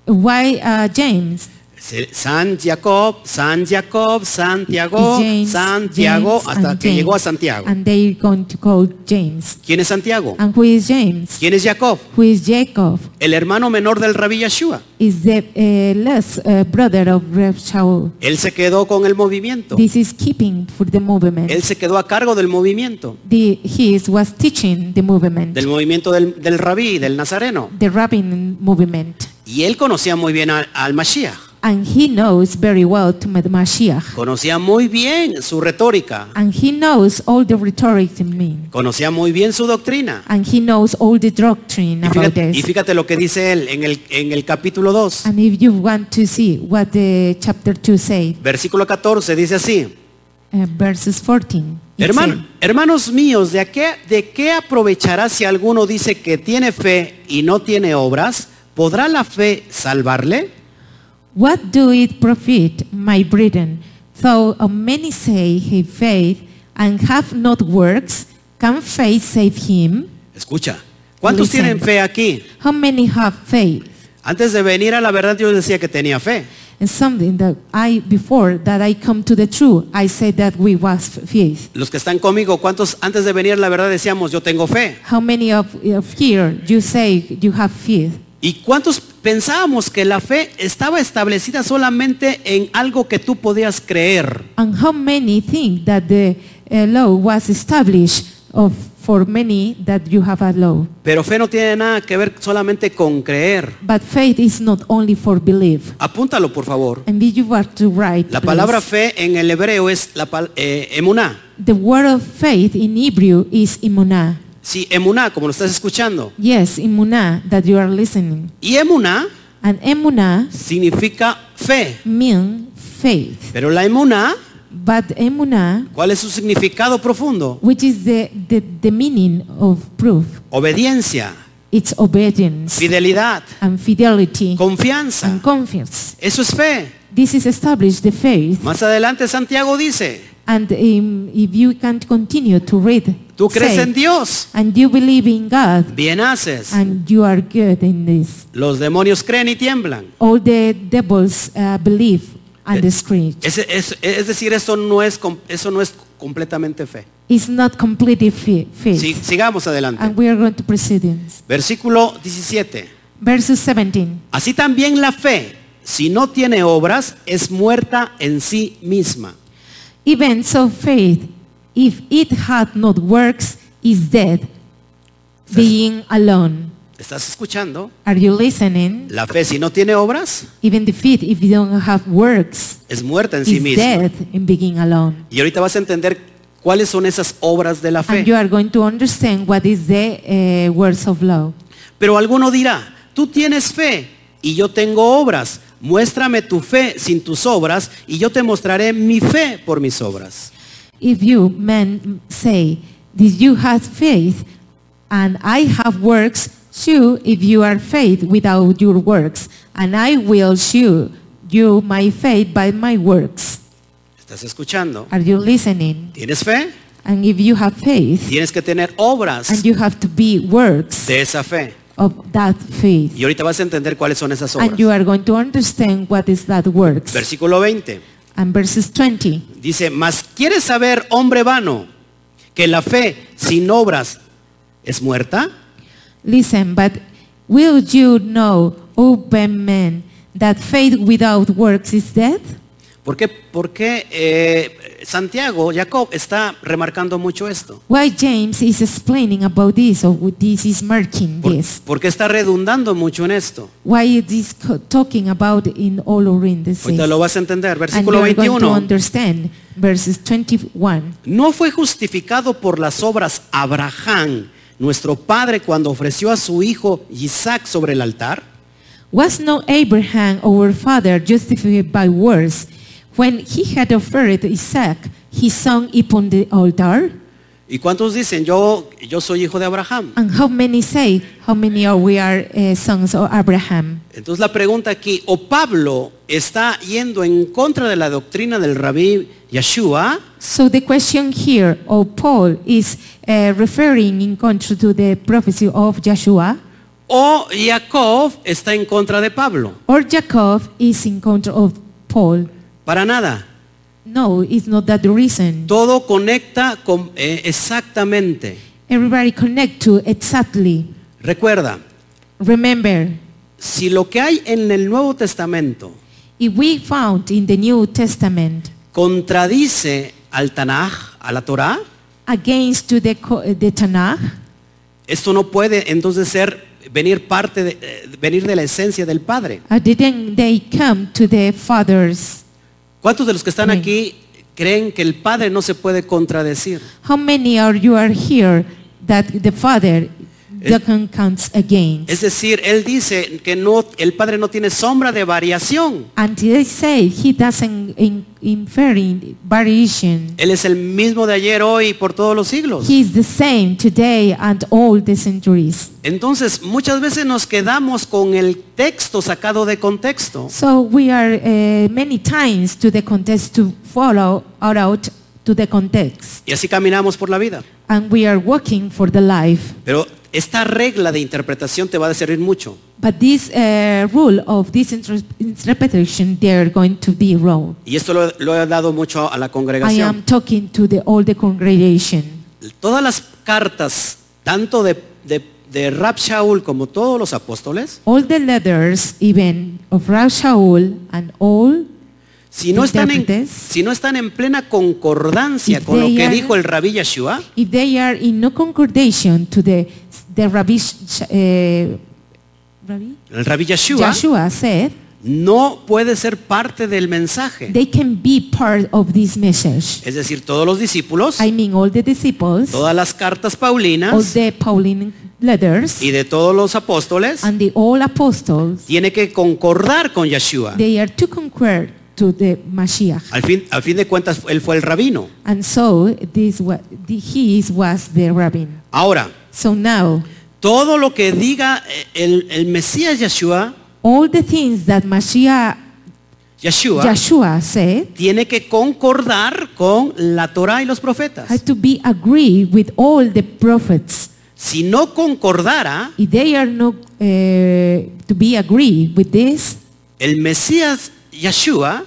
S2: Why uh, James?
S1: Se- San Jacob, San Jacob, Santiago,
S2: James,
S1: Santiago,
S2: James,
S1: hasta
S2: and
S1: que llegó a
S2: James.
S1: Santiago.
S2: And they're going to call James.
S1: ¿Quién es Santiago?
S2: And who is James?
S1: ¿Quién es Jacob?
S2: Who is Jacob?
S1: El hermano menor del rabí Yeshua.
S2: Is the uh, less uh, brother of Reb Shaul.
S1: Él se quedó con el movimiento.
S2: This is keeping for the movement.
S1: Él se quedó a cargo del movimiento,
S2: The, he is, was teaching the movement.
S1: del movimiento del, del rabí, del nazareno.
S2: the rabbin movement.
S1: Y él conocía muy bien al, al Mashiach.
S2: And he knows very well to Mad- Mashiach.
S1: Conocía muy bien su retórica.
S2: And he knows all the rhetoric in me.
S1: Conocía muy bien su doctrina.
S2: And he knows all the doctrine
S1: Y
S2: about
S1: fíjate, y
S2: this.
S1: fíjate lo que dice él en el, en el capítulo 2,
S2: And if you want to see what the chapter 2 say,
S1: versículo 14, dice así.
S2: uh, verses 14, It's
S1: Hermano-
S2: in.
S1: hermanos míos, ¿de qué, ¿de qué aprovechará si alguno dice que tiene fe y no tiene obras? ¿Podrá la fe salvarle?
S2: What do it profit, my brethren, though of many say he faith and have not works, can faith save him?
S1: Escucha, ¿cuántos
S2: Listen.
S1: tienen fe aquí?
S2: How many have faith?
S1: Antes de venir a la verdad yo decía que tenía fe.
S2: And something that I before that I come to the truth, I said that we was faith.
S1: Los que están conmigo, ¿cuántos antes de venir a la verdad decíamos yo tengo fe?
S2: How many of, of here you say you have faith?
S1: ¿Y cuántos pensábamos que la fe estaba establecida solamente en algo que tú podías creer?
S2: And how many think that the uh, law was established of, for many that you have a law?
S1: Pero fe no tiene nada que ver solamente con creer.
S2: But faith is not only for belief.
S1: Apúntalo, por favor.
S2: And did you want to write?
S1: La palabra
S2: please?
S1: fe en el hebreo es la pal- eh, emuná.
S2: The word of faith in Hebrew is imunah.
S1: Sí, emuná, como lo estás escuchando.
S2: Yes, imunah that you are listening.
S1: Y emuná
S2: And emunah
S1: significa fe.
S2: means faith.
S1: Pero la emuná,
S2: But emunah,
S1: ¿cuál es su significado profundo?
S2: which is the, the, the meaning of proof,
S1: Obediencia,
S2: it's obedience
S1: fidelidad,
S2: and fidelity
S1: confianza.
S2: and confiance.
S1: Eso es fe.
S2: This is established the faith.
S1: Más adelante Santiago dice,
S2: And um, if you can continue to read,
S1: tú crees
S2: say,
S1: en Dios,
S2: and you believe in God,
S1: bien haces.
S2: and you are good in this.
S1: Los demonios creen y tiemblan.
S2: All the devils uh, believe and
S1: Eh,
S2: the screech.
S1: Es, es- es decir, eso no es, com- eso no es completamente fe.
S2: It's not completely fi- faith.
S1: Sí, sigamos adelante.
S2: And we are going to proceed in this.
S1: Versículo 17.
S2: Verse 17.
S1: Así también la fe, si no tiene obras, es muerta en sí misma.
S2: Even so faith, if it had not works, is dead, being alone.
S1: ¿Estás escuchando?
S2: Are you listening?
S1: La fe, si no tiene obras,
S2: Even the faith, if you don't have works,
S1: es muerta en sí
S2: is
S1: misma.
S2: dead in being alone.
S1: Y ahorita vas a entender cuáles son esas obras de la
S2: And
S1: fe.
S2: you are going to understand what is the uh, words of law.
S1: Pero alguno dirá, tú tienes fe y yo tengo obras. Muéstrame tu fe sin tus obras y yo te mostraré mi fe por mis obras.
S2: If you men say, "Did you have faith, and I have works?" Show if you are faith without your works, and I will show you my faith by my works.
S1: ¿Estás escuchando?
S2: Are you listening?
S1: ¿Tienes fe?
S2: And if you have faith,
S1: Tienes que tener obras
S2: and you have to be works
S1: de esa fe.
S2: of that faith,
S1: Y ahorita vas a entender cuáles son esas obras.
S2: and you are going to understand what is that works.
S1: Versículo 20.
S2: And verses 20.
S1: Dice, mas quieres saber, hombre vano, que la fe sin obras es muerta.
S2: Listen, but will you know, O vain men, that faith without works is dead?
S1: ¿Por qué, por qué, eh, Santiago, Jacob, está remarcando mucho esto?
S2: Why James is explaining about this, or what this is marking
S1: Por-
S2: this?
S1: Porque está redundando mucho en esto.
S2: Why it is co- talking about in all or in the
S1: Ahorita lo
S2: sense?
S1: vas a entender.
S2: And you
S1: Versículo
S2: are going to
S1: 21.
S2: understand verses 21.
S1: No fue justificado por las obras Abraham, nuestro padre, cuando ofreció a su hijo Isaac sobre el altar.
S2: Was not Abraham our father justified by works when he had offered Isaac his son upon the altar?
S1: ¿Y cuántos dicen, yo, yo soy hijo de Abraham?
S2: And how many say, how many are we are uh, sons of Abraham?
S1: Entonces la pregunta aquí, o Pablo está yendo en contra de la doctrina del rabí Yeshua,
S2: So the question here of Paul is uh, referring in contrary to the prophecy of Joshua,
S1: o Jacob está en contra de Pablo.
S2: or Jacob is in contra of Paul.
S1: Para nada.
S2: No, it's not that the reason.
S1: Todo conecta con, eh, exactamente.
S2: Everybody connect to exactly.
S1: Recuerda,
S2: Remember,
S1: si lo que hay en el Nuevo Testamento
S2: if we found in the New Testament
S1: contradice al Tanaj, a la Torá,
S2: against to the, co- the Tanakh,
S1: esto no puede entonces ser venir parte de, eh, venir de la esencia del Padre.
S2: uh, didn't they come to the fathers?
S1: ¿Cuántos de los que están
S2: Amén.
S1: aquí creen que el Padre no se puede contradecir?
S2: How many are you are here that the Father Duncan counts against.
S1: Es decir, él dice que no, el Padre no tiene sombra de variación.
S2: And they say he doesn't in, inferring variation.
S1: Él es el mismo de ayer, hoy y por todos los siglos.
S2: He is the same today and all the centuries.
S1: Entonces, muchas veces nos quedamos con el texto sacado de contexto.
S2: So we are uh, many times to the context to follow or out to the context.
S1: Y así caminamos por la vida.
S2: And we are working for the life.
S1: Pero esta regla de interpretación te va a servir mucho.
S2: But this uh, rule of this inter- interpretation, they are going to be wrong.
S1: Y esto lo, lo he dado mucho a la
S2: I am
S1: congregación.
S2: talking to the all the congregation.
S1: Todas las cartas, tanto de, de, de Rab Shaul como todos los apóstoles,
S2: All the letters, even of Rav Shaul and all,
S1: si no, están en,
S2: Intérpretes.
S1: si no están en plena concordancia
S2: If
S1: con lo
S2: they
S1: que
S2: are-
S1: dijo el rabí Yeshua,
S2: if they are in no concordation to the the Rabbi, Sh- uh, Rabbi?
S1: el rabí Yeshua
S2: Joshua said,
S1: no puede ser parte del mensaje.
S2: they can be part of this message.
S1: Es decir, todos los discípulos,
S2: I mean, all the disciples, all
S1: todas las cartas paulinas
S2: the Pauline letters,
S1: y de todos los apóstoles,
S2: and the all apostles,
S1: tiene que concordar con Yeshua.
S2: they are to concur to the Mashiach.
S1: Al fin, al fin de cuentas, él fue el rabino.
S2: And so this wa- the, he is, was the rabbin.
S1: Ahora,
S2: So now,
S1: todo lo que diga eh, el, el Mesías Yeshua,
S2: all the things that Mashiach
S1: Yeshua,
S2: Joshua said
S1: tiene que concordar con la Torah y los profetas.
S2: had to be agreed with all the prophets.
S1: Si no concordara,
S2: If they are not eh, to be agreed with this,
S1: el Mesías Yeshua,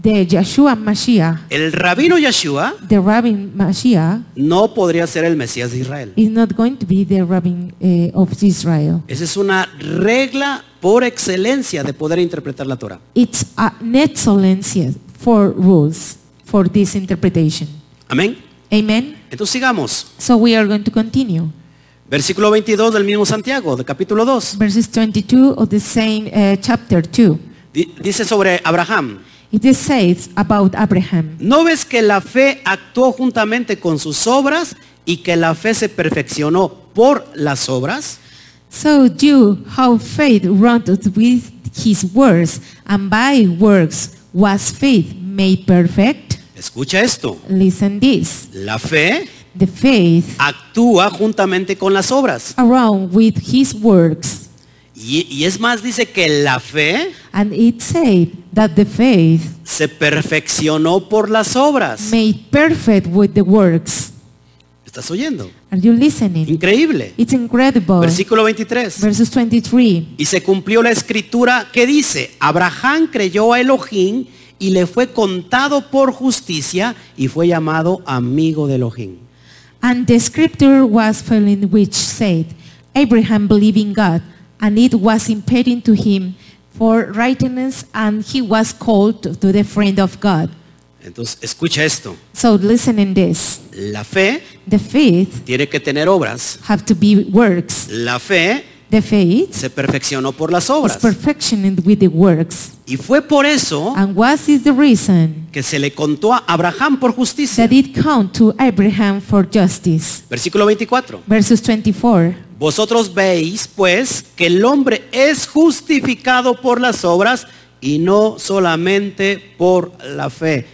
S2: the Joshua Mashiach,
S1: el rabino Yeshua,
S2: the Rabbin Mashiach,
S1: no podría ser el Mesías de Israel.
S2: is not going to be the Rabbin eh, of Israel.
S1: Esa es una regla por excelencia de poder interpretar la Torah.
S2: It's an excellence for rules for this interpretation.
S1: Amén.
S2: Amen.
S1: Entonces sigamos.
S2: So we are going to continue.
S1: Versículo 22 del mismo Santiago, de capítulo 2.
S2: Verses 22 of the same eh, chapter 2.
S1: Di- Dice sobre Abraham.
S2: It says about Abraham.
S1: ¿No ves que la fe actuó juntamente con sus obras y que la fe se perfeccionó por las obras?
S2: So do how faith runteth with his words, and by works was faith made perfect.
S1: Escucha esto.
S2: Listen this.
S1: La fe
S2: The faith
S1: actúa juntamente con las obras.
S2: around with his works.
S1: Y, y es más, dice que la fe
S2: And it said that the faith
S1: se perfeccionó por las obras.
S2: made perfect with the works.
S1: ¿Estás oyendo?
S2: Are you listening?
S1: Increíble.
S2: It's incredible.
S1: Versículo 23.
S2: Verses 23.
S1: Y se cumplió la escritura que dice, Abraham creyó a Elohim y le fue contado por justicia y fue llamado amigo de Elohim.
S2: And the scripture was fulfilled which said, Abraham believed in God, and it was imputed to him for righteousness, and he was called to the friend of God.
S1: Entonces, escucha esto.
S2: So listen in this.
S1: La fe
S2: The faith
S1: tiene que tener obras.
S2: have to be works.
S1: La fe
S2: The faith
S1: se perfeccionó por las
S2: is
S1: obras. Oh.
S2: perfectioned with the works.
S1: Y fue por eso
S2: And what is the reason
S1: que se le contó a Abraham por justicia.
S2: that it count to Abraham for justice?
S1: Versículo 24.
S2: Verses 24.
S1: Vosotros veis, pues, que el hombre es justificado por las obras y no solamente por la fe.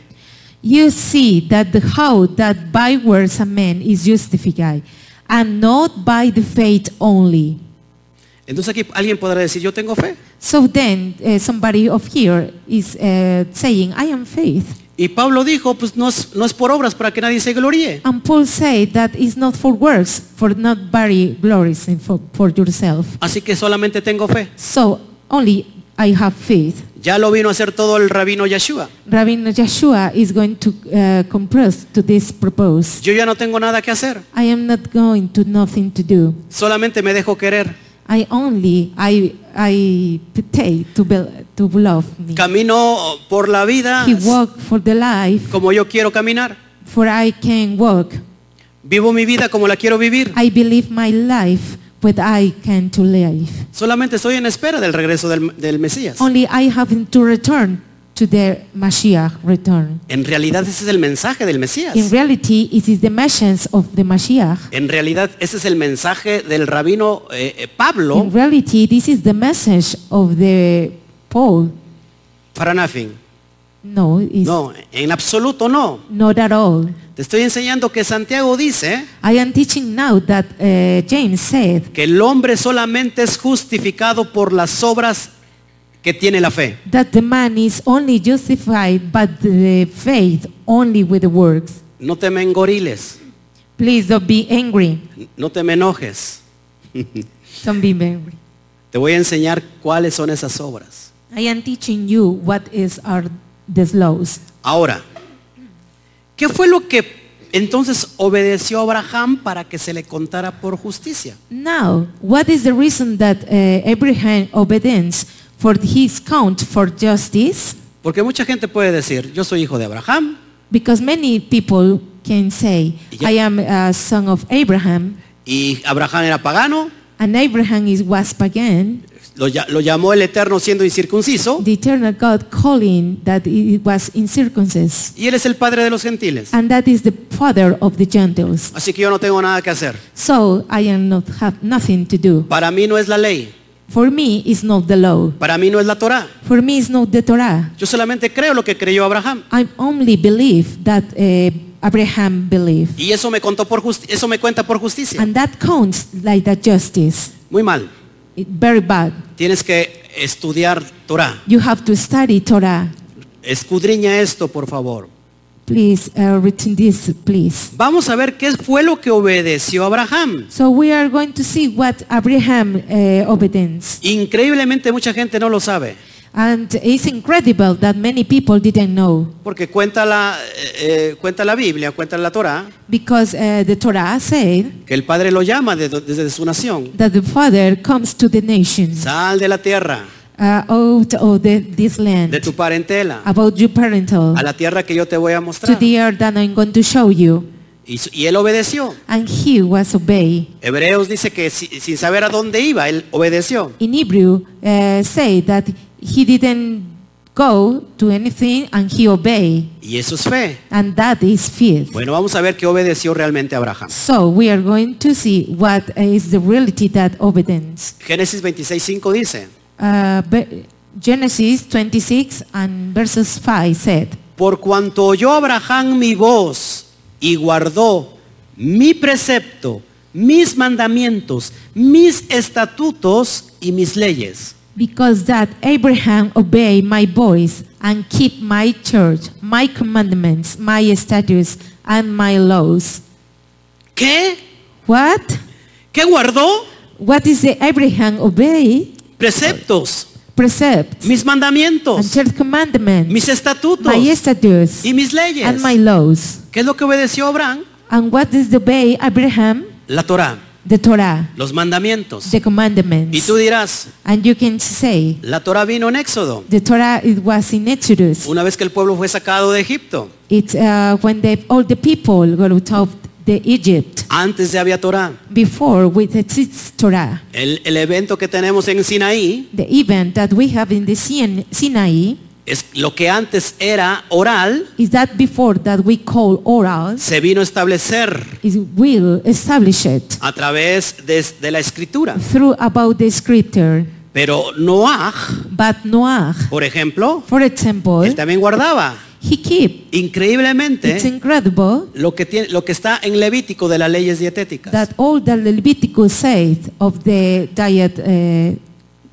S2: You see that the how that by works a man is justified, and not by the faith only.
S1: Entonces aquí alguien podrá decir, yo tengo fe.
S2: So then, eh, somebody of here is eh, saying, "I am faith,"
S1: Y Pablo dijo, pues no es, no es por obras para que nadie se gloríe.
S2: and Paul said that is not for works, for not very glorious in- for, for yourself.
S1: Así que solamente tengo fe.
S2: So only I have faith.
S1: Ya lo vino a hacer todo el rabino Yeshua.
S2: Rabbi Joshua is going to uh, compress to this propose.
S1: Yo ya no tengo nada que hacer.
S2: I am not going to nothing to do.
S1: Solamente me dejo querer.
S2: I only I I pay to be, to love me.
S1: Camino por la vida
S2: He walk for the life,
S1: como yo quiero caminar.
S2: for I can walk.
S1: Vivo mi vida como la quiero vivir.
S2: I believe my life, but I can to live.
S1: Solamente estoy en espera del regreso del, del Mesías.
S2: Only I have to return to their Mashiach return.
S1: En realidad ese es el mensaje del Mesías.
S2: In reality, it is the message of the Mashiach.
S1: En realidad ese es el mensaje del rabino eh, eh,
S2: In
S1: Pablo
S2: reality, this is the message of the Paul.
S1: para nothing.
S2: No, it's
S1: No, en absoluto no.
S2: not at all.
S1: Te estoy enseñando que Santiago dice
S2: I am teaching now that uh, James said
S1: que el hombre solamente es justificado por las obras que tiene la fe.
S2: that the man is only justified by the faith only with the works.
S1: No te me engoriles,
S2: Please don't be angry.
S1: no te me enojes.
S2: Don't be angry.
S1: Te voy a enseñar cuáles son esas obras.
S2: I am teaching you what is are the laws.
S1: Ahora, ¿qué fue lo que entonces obedeció Abraham para que se le contara por justicia?
S2: Now, what is the reason that uh, Abraham obedience for his count for justice?
S1: Porque mucha gente puede decir, yo soy hijo de Abraham
S2: Because many people can say,
S1: Ya.
S2: I am a son of Abraham,
S1: y Abraham era pagano,
S2: and Abraham is was pagan.
S1: lo, ll- lo llamó el Eterno siendo incircunciso,
S2: The eternal God calling that it was in circumstances,
S1: y él es el padre de los gentiles.
S2: and that is the father of the Gentiles.
S1: Así que yo no tengo nada que hacer.
S2: So I am not have nothing to do.
S1: Para mí no es la ley,
S2: For me, it's not the law.
S1: para mí no es la Torah.
S2: For me, it's not the Torah.
S1: Yo solamente creo lo que creyó Abraham.
S2: I only believe that uh, Abraham believed.
S1: Y eso me, contó por justi- eso me cuenta por justicia.
S2: And that counts like that justice.
S1: Muy mal.
S2: It, very bad.
S1: Tienes que estudiar Torah.
S2: You have to study Torah.
S1: Escudriña esto, por favor.
S2: Please, uh, written this, please.
S1: Vamos a ver qué fue lo que obedeció Abraham.
S2: So we are going to see what Abraham uh, obedience.
S1: Increíblemente mucha gente no lo sabe,
S2: And it's incredible that many people didn't know.
S1: porque cuenta la, eh, eh, cuenta la Biblia, cuenta la Torah,
S2: Because uh, the Torah said
S1: que el Padre lo llama desde, desde su nación.
S2: that the Father comes to the nations
S1: Sal de la tierra,
S2: uh, out of the, this
S1: de
S2: land,
S1: tu parentela,
S2: about your parental,
S1: a la tierra que yo te voy a
S2: to
S1: mostrar.
S2: the earth that I'm going to show you.
S1: Y, su- y él obedeció.
S2: And he was obeyed.
S1: Hebreos dice que si- sin saber a dónde iba, él obedeció.
S2: in Hebrew uh, say that he didn't go to anything and he obeyed,
S1: Y eso es fe.
S2: and that is faith.
S1: Bueno, vamos a ver qué obedeció realmente Abraham.
S2: So we are going to see what is the reality that obedience.
S1: Génesis 26.5 dice,
S2: Uh, Be- Genesis 26 and verses 5 said,
S1: Por cuanto oyó Abraham mi voz y guardó mi precepto, mis mandamientos, mis estatutos y mis leyes.
S2: Because that Abraham obeyed my voice and keep my church, my commandments, my statutes, and my laws.
S1: ¿Qué?
S2: What?
S1: ¿Qué guardó?
S2: What is the Abraham obey?
S1: Preceptos,
S2: Precepts.
S1: mis
S2: and
S1: mandamientos,
S2: third commandment,
S1: mis estatutos
S2: my statutes,
S1: y mis leyes.
S2: and my laws.
S1: ¿Qué es lo que obedeció Abraham?
S2: And what is the way Abraham?
S1: La Torah,
S2: The Torah,
S1: los mandamientos.
S2: the commandments.
S1: Y tú dirás,
S2: And you can say,
S1: la Torah vino en Éxodo,
S2: the Torah it was in Exodus.
S1: una vez que el pueblo fue sacado de Egipto.
S2: It's uh, when they, all the people got out of the Egypt.
S1: Antes ya había Torah.
S2: Before with its Torah,
S1: El, el evento que tenemos en Sinaí
S2: the event that we have in the Sin- Sinai
S1: es lo que antes era oral,
S2: is that before that we call oral,
S1: se vino a establecer
S2: is will establish it
S1: a través de, de la escritura.
S2: through about the scripture.
S1: Pero Noaj,
S2: But Noah
S1: por ejemplo,
S2: For example,
S1: él también guardaba
S2: he keep. It's
S1: increíblemente
S2: incredible
S1: lo que, tiene, lo que está en Levítico de las leyes dietéticas.
S2: that all the Leviticus says of the diet uh,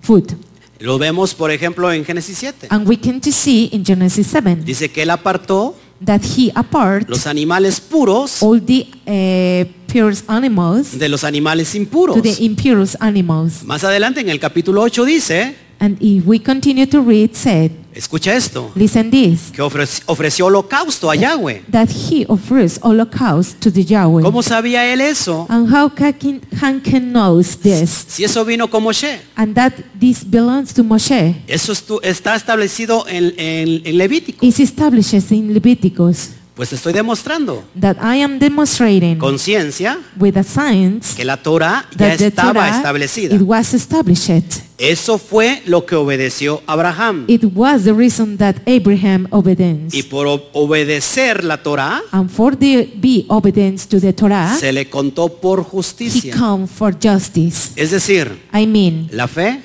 S2: food,
S1: Lo vemos, por ejemplo, en Génesis 7.
S2: and we can to see in Genesis 7
S1: Dice que él apartó
S2: that he apart
S1: los animales puros
S2: all the uh, pure animals
S1: de los animales impuros.
S2: to the impure animals.
S1: Más adelante en el capítulo 8 dice,
S2: And if we continue to read, said,
S1: escucha esto,
S2: listen this,
S1: que ofre- ofreció holocausto a Yahweh.
S2: that he offers holocaust to the Yahweh.
S1: ¿Cómo sabía él eso?
S2: And how can Han can knows this?
S1: Si eso vino con Moshe.
S2: And that this belongs to Moshe.
S1: Eso estu- está establecido en, en- en Levítico.
S2: is established in Leviticus
S1: Pues te estoy demostrando
S2: that I am demonstrating
S1: con ciencia
S2: with a science
S1: que la Torah ya
S2: that the
S1: estaba
S2: Torah,
S1: establecida.
S2: it was established.
S1: Eso fue lo que obedeció Abraham.
S2: It was the reason that Abraham obedience.
S1: Y por ob- obedecer la Torá
S2: And for the be obedience to the Torah,
S1: se le contó por
S2: he
S1: justicia.
S2: come for justice.
S1: Es decir,
S2: I mean,
S1: la fe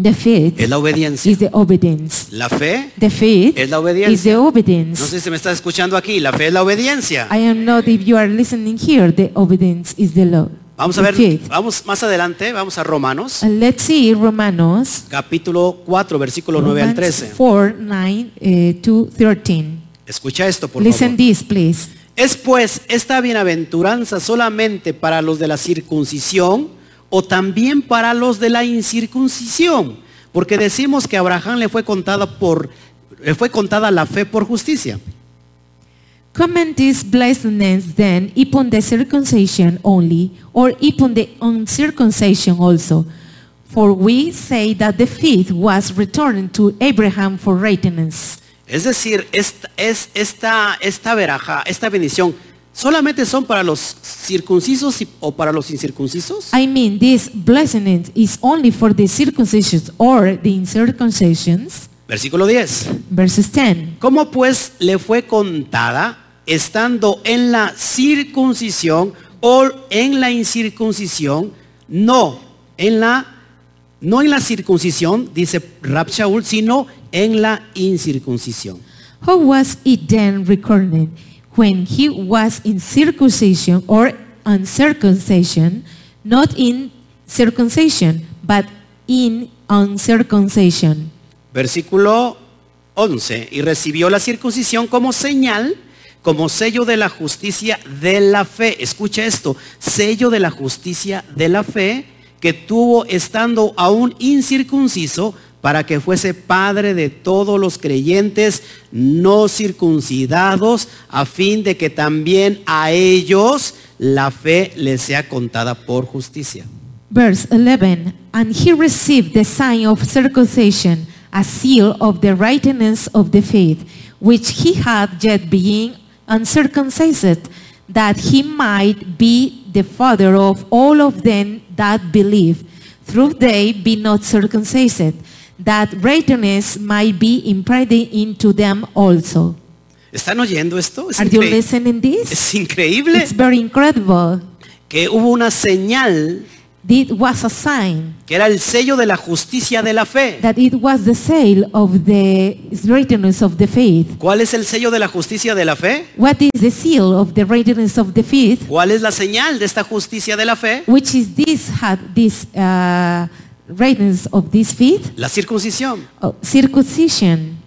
S2: the faith
S1: es la obediencia.
S2: is the obedience.
S1: La fe,
S2: The faith
S1: Es la
S2: is the
S1: obediencia. no
S2: obedience.
S1: sé si me estás escuchando aquí, la fe es la obediencia.
S2: I am not if you are listening here, the obedience is the law.
S1: Vamos a
S2: the
S1: ver,
S2: faith.
S1: vamos más adelante, vamos a Romanos,
S2: And let's see Romanos,
S1: capítulo 4, versículo 9 al
S2: Romans
S1: 13.
S2: 4, 9 eh, to 13.
S1: Escucha esto, por favor.
S2: Listen this, please.
S1: ¿Es pues esta bienaventuranza solamente para los de la circuncisión o también para los de la incircuncisión? Porque decimos que a Abraham le fue contada por le fue contada la fe por justicia.
S2: Comment this blessedness then upon the circumcision only, or upon the uncircumcision also. For we say that the faith was returned to Abraham for righteousness.
S1: Es decir, esta, es, esta, esta veraja, esta bendición, ¿solamente son para los circuncisos y- o para los incircuncisos?
S2: I mean, this blessedness is only for the circumcisions or the uncircumcisions.
S1: Versículo 10.
S2: Verses 10.
S1: ¿Cómo pues le fue contada estando en la circuncisión o en la incircuncisión? No, en la no en la circuncisión, dice Rab Shaul, sino en la incircuncisión.
S2: How was it then recorded when he was in circumcision or uncircumcision, not in circumcision, but in uncircumcision?
S1: Versículo 11. Y recibió la circuncisión como señal, como sello de la justicia de la fe. Escucha esto, sello de la justicia de la fe que tuvo estando aún incircunciso para que fuese padre de todos los creyentes no circuncidados, a fin de que también a ellos la fe les sea contada por justicia.
S2: Verse 11, and he received the sign of circumcision, a seal of the righteousness of the faith, which he had yet being uncircumcised, that he might be the father of all of them that believe, through they be not circumcised, that righteousness might be imparted into them also.
S1: ¿Están oyendo esto? Es,
S2: Are you
S1: increí-
S2: listening this?
S1: es increíble.
S2: *laughs* It's very incredible.
S1: que hubo una señal
S2: It was a sign.
S1: que era el sello de la justicia de la fe.
S2: that it was the sale of the righteousness of the faith.
S1: ¿Cuál es el sello de la justicia de la fe?
S2: What is the seal of the righteousness of the faith?
S1: ¿Cuál es la señal de esta justicia de la fe?
S2: Which is this had this uh, righteousness of this faith?
S1: La circuncisión.
S2: Oh, circumcision.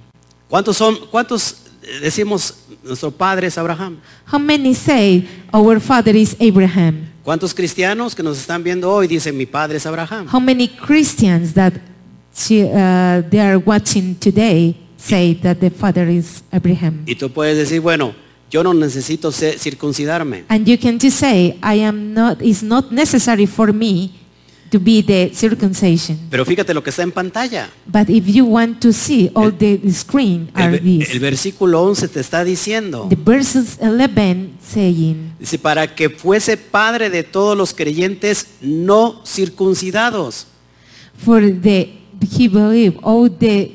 S1: ¿Cuántos son? ¿Cuántos eh, decimos nuestro padre es Abraham?
S2: How many say our father is Abraham?
S1: ¿Cuántos cristianos que nos están viendo hoy dicen mi padre es Abraham?
S2: How many Christians that she, uh, they are watching today say that the father is Abraham?
S1: Y tú puedes decir, bueno, yo no necesito ce- circuncidarme.
S2: And you can just say, I am not, it's not necessary for me to be the circumcision.
S1: Pero fíjate lo que está en pantalla.
S2: But if you want to see all the, the screen
S1: El,
S2: are
S1: ve- el
S2: these.
S1: versículo 11 te está diciendo.
S2: The verses 11 saying
S1: Dice, para que fuese padre de todos los creyentes no circuncidados.
S2: for the he believe all the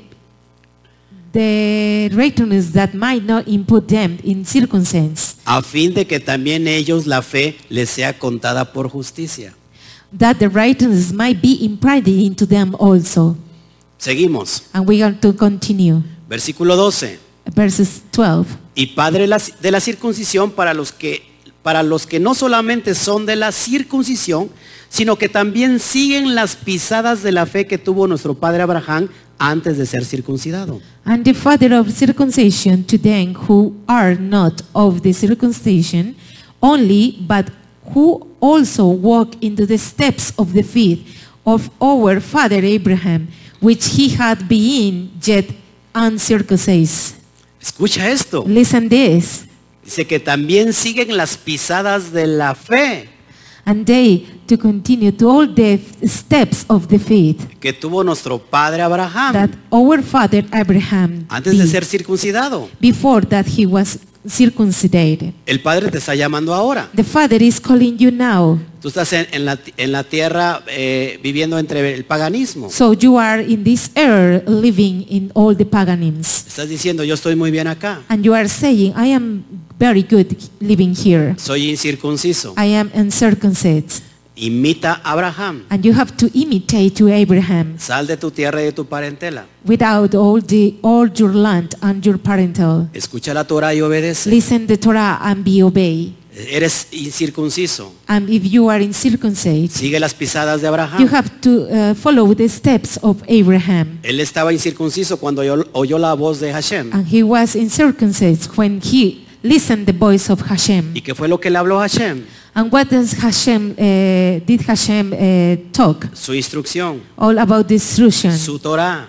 S2: the righteousness that might not input them in circumstance
S1: a fin de que también ellos la fe les sea contada por justicia.
S2: that the righteousness might be imparted into them also.
S1: Seguimos.
S2: And we are to continue.
S1: Versículo 12.
S2: Verses 12.
S1: Y padre las- de la circuncisión para los que para los que no solamente son de la circuncisión, sino que también siguen las pisadas de la fe que tuvo nuestro padre Abraham antes de ser circuncidado.
S2: And the father of circumcision to them who are not of the circumcision only, but who also walk into the steps of the faith of our father Abraham, which he had been yet uncircumcised.
S1: Escucha esto.
S2: Listen this.
S1: Dice que también siguen las pisadas de la fe
S2: And they to continue to all the steps of the faith
S1: que tuvo nuestro padre Abraham
S2: that our father Abraham
S1: antes de
S2: did
S1: ser circuncidado.
S2: before that he was circumcidated.
S1: El Padre te está llamando ahora.
S2: The Father is calling you now.
S1: Tú estás en, en la, en la tierra eh, viviendo entre el paganismo.
S2: So you are in this error living in all the paganisms.
S1: Estás diciendo, yo estoy muy bien acá.
S2: And you are saying, I am very good living here.
S1: Soy incircunciso.
S2: I am uncircumcised.
S1: Imita a Abraham.
S2: And you have to imitate to Abraham
S1: Sal de tu tierra y de tu parentela.
S2: without all the all your land and your parental.
S1: Escucha la Torah y obedece.
S2: Listen the Torah and be obey.
S1: Eres incircunciso.
S2: And if you are incircumcised,
S1: Sigue las pisadas de
S2: you
S1: Abraham.
S2: have to uh, follow the steps of Abraham.
S1: Él estaba incircunciso cuando oyó- oyó la voz de Hashem.
S2: And he was incircumcised when he listened the voice of Hashem.
S1: ¿Y qué fue lo que le habló Hashem?
S2: And what does Hashem, uh, did Hashem uh, talk?
S1: Su instrucción,
S2: All about destruction,
S1: su Torah.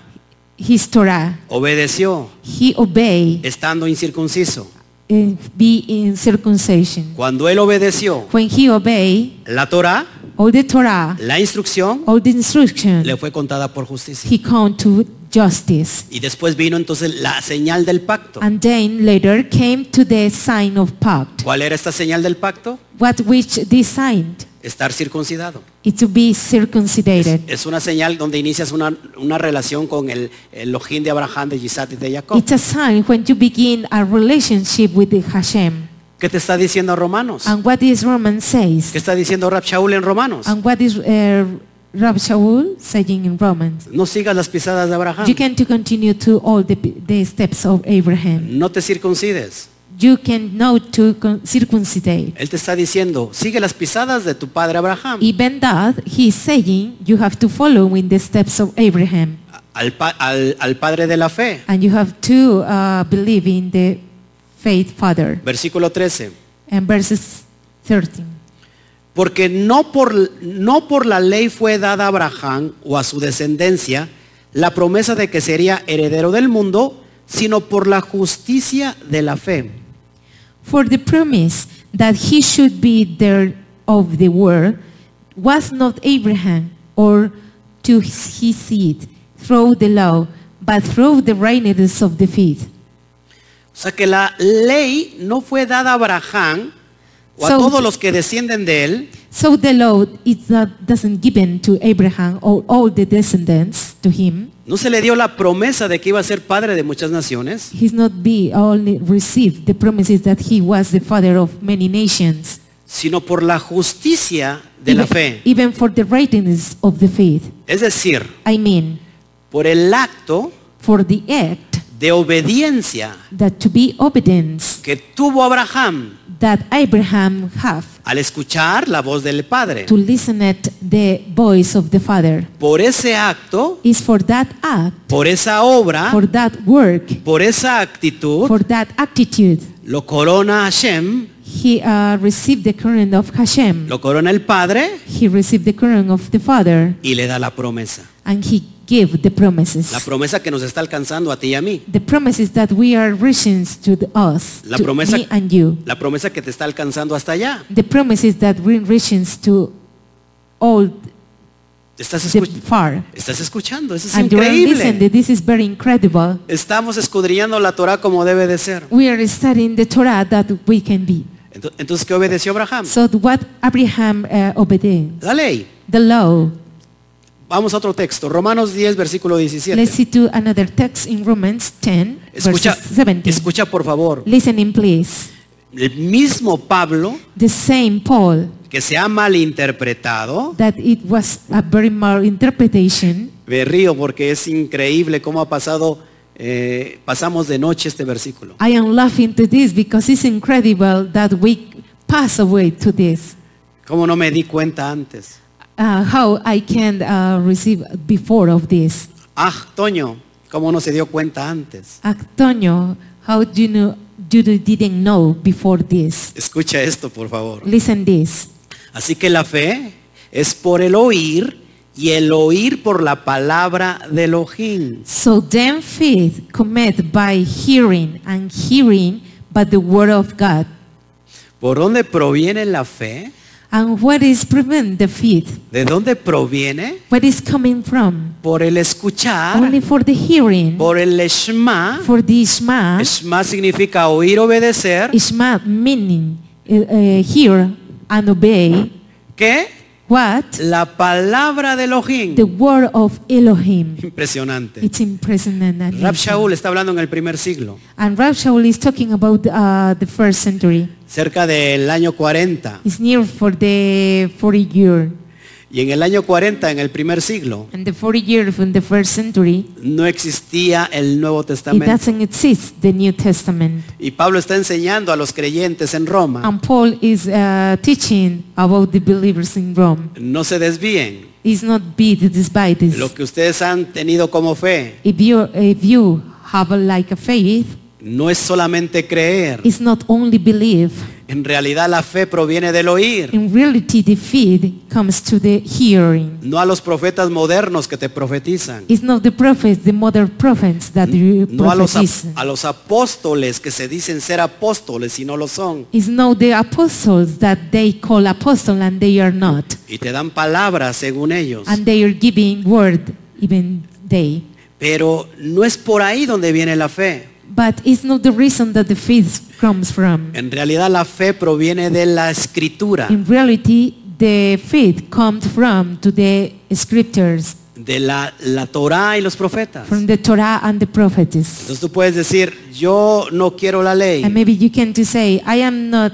S2: his Torah.
S1: Obedeció
S2: He obey
S1: estando incircunciso.
S2: and be in circumcision.
S1: Cuando él obedeció
S2: When he obey
S1: la Torah,
S2: all the Torah,
S1: la instrucción
S2: all the instruction,
S1: le fue contada por justicia.
S2: he count to justice.
S1: Y después vino entonces la señal del pacto.
S2: And then later came to the sign of pact.
S1: ¿Cuál era esta señal del pacto?
S2: What which this signed
S1: Estar circuncidado.
S2: it to be circumcised.
S1: Es una señal donde inicias una, una relación con el Elohim de Abraham, de Isaac y de Jacob.
S2: It's a sign when you begin a relationship with the Hashem.
S1: ¿Qué te está diciendo Romanos?
S2: And what is Roman says.
S1: ¿Qué está diciendo Rab Shaul en Romanos?
S2: And what is uh, Rab Shaul saying in Romans?
S1: No sigas las pisadas de
S2: You
S1: Abraham.
S2: can to continue to all the, the steps of Abraham.
S1: No te circuncides.
S2: You can know to con- circumcidate.
S1: Él te está diciendo, sigue las pisadas de tu padre Abraham.
S2: Even that, he is saying you have to follow in the steps of Abraham.
S1: Al, pa- al- al padre de la fe.
S2: And you have to uh, believe in the faith father.
S1: Versículo 13.
S2: And verses 13.
S1: Porque no por, no por la ley fue dada a Abraham o a su descendencia la promesa de que sería heredero del mundo, sino por la justicia de la fe.
S2: For the promise that he should be there of the world was not Abraham or to his his seed through the law, but through the righteousness of the faith.
S1: O sea que la ley no fue dada a Abraham o a
S2: So-
S1: todos los que descienden de él,
S2: So the law is not doesn't given to Abraham or all the descendants to him.
S1: no se le dio la promesa de que iba a ser padre de muchas naciones,
S2: He's not be only received the promises that he was the father of many nations.
S1: sino por la justicia de la
S2: even,
S1: fe.
S2: even for the righteousness of the faith.
S1: Es decir,
S2: I mean,
S1: por el acto
S2: for the act
S1: de obediencia
S2: that to be obedience
S1: que tuvo Abraham
S2: that Abraham have
S1: al escuchar la voz del Padre.
S2: to listen at the voice of the Father
S1: Por ese acto,
S2: is for that act,
S1: por esa obra,
S2: for that work,
S1: por esa actitud,
S2: for that attitude.
S1: lo corona Hashem,
S2: He uh, received the current of Hashem.
S1: lo corona el Padre
S2: He received the current of the Father
S1: y le da la promesa.
S2: and he gave the promises.
S1: La promesa que nos está alcanzando a ti y a mí.
S2: the promises that we are reaching to the, us,
S1: La
S2: to
S1: promesa-
S2: me and you.
S1: La promesa que te está alcanzando hasta allá.
S2: The promises that we reaching to all
S1: Estás,
S2: the
S1: escu-
S2: far.
S1: estás escuchando, eso es
S2: And you are
S1: increíble.
S2: listening. This is very incredible.
S1: Estamos escudriñando la Torah como debe de ser.
S2: We are studying the Torah that we can be.
S1: Ento- Entonces, ¿qué obedeció Abraham?
S2: So what Abraham uh, obeyed,
S1: La ley.
S2: the law.
S1: Vamos a otro texto. Romanos 10, versículo 17.
S2: Let's see to another text in Romans 10,
S1: Escucha,
S2: verses 17.
S1: escucha por favor.
S2: Listening, please.
S1: El mismo Pablo,
S2: The same Paul
S1: que se ha malinterpretado,
S2: that it was a very mal interpretation.
S1: me río porque es increíble cómo ha pasado, eh, pasamos de noche este versículo.
S2: I am laughing to this because it's incredible that we pass away to this.
S1: ¿Cómo no me di cuenta antes?
S2: Uh, how I can uh, receive before of this.
S1: Ah, Toño, ¿cómo no se dio cuenta antes?
S2: Antonio, how do you know you didn't know before this?
S1: Escucha esto, por favor.
S2: Listen this.
S1: Así que la fe es por el oír y el oír por la palabra del ojín.
S2: So then faith cometh by hearing and hearing by the word of God.
S1: ¿Por dónde proviene la fe?
S2: And what is prevent the faith?
S1: ¿De dónde proviene?
S2: What is coming from?
S1: Por el escuchar,
S2: Only for the hearing,
S1: por el Shema.
S2: for the Ishma.
S1: Shema significa oír, obedecer.
S2: Ishma meaning uh, uh, hear and obey
S1: que
S2: what?
S1: La palabra de Elohim.
S2: The word of Elohim.
S1: Impresionante.
S2: It's impressive. and
S1: Rab
S2: amazing.
S1: Shaul está hablando en el primer siglo,
S2: And Rab Shaul is talking about uh, the first century.
S1: cerca del año 40.
S2: It's near for the 40 year.
S1: Y en el año 40, en el primer siglo,
S2: And the 40 year from the first century,
S1: no existía el Nuevo
S2: it
S1: Testamento.
S2: doesn't exist, the New Testament.
S1: Y Pablo está enseñando a los creyentes en Roma,
S2: And Paul is uh, teaching about the believers in Rome.
S1: no se desvíen.
S2: It's not be despite this.
S1: Lo que ustedes han tenido como fe
S2: If you, if you have a, like a faith,
S1: no es solamente creer.
S2: it's not only belief.
S1: En realidad la fe proviene del oír,
S2: In reality, the faith comes to the hearing.
S1: no a los profetas modernos que te profetizan,
S2: It's not the prophets, the modern prophets that you
S1: no a los, ap-
S2: prophesize.
S1: a los apóstoles que se dicen ser apóstoles y no lo son.
S2: It's not the apostles that they call apostle and they are not.
S1: Y te dan palabras según ellos.
S2: And they are giving word, even they.
S1: Pero no es por ahí donde viene la fe.
S2: But it's not the reason that the faith comes from.
S1: En realidad la fe proviene de la escritura,
S2: In reality, the faith comes from to the scriptures,
S1: de la, la Torah y los profetas.
S2: from the Torah and the prophets.
S1: Entonces tú puedes decir, yo no quiero la
S2: And
S1: ley,
S2: maybe you can to say, I am not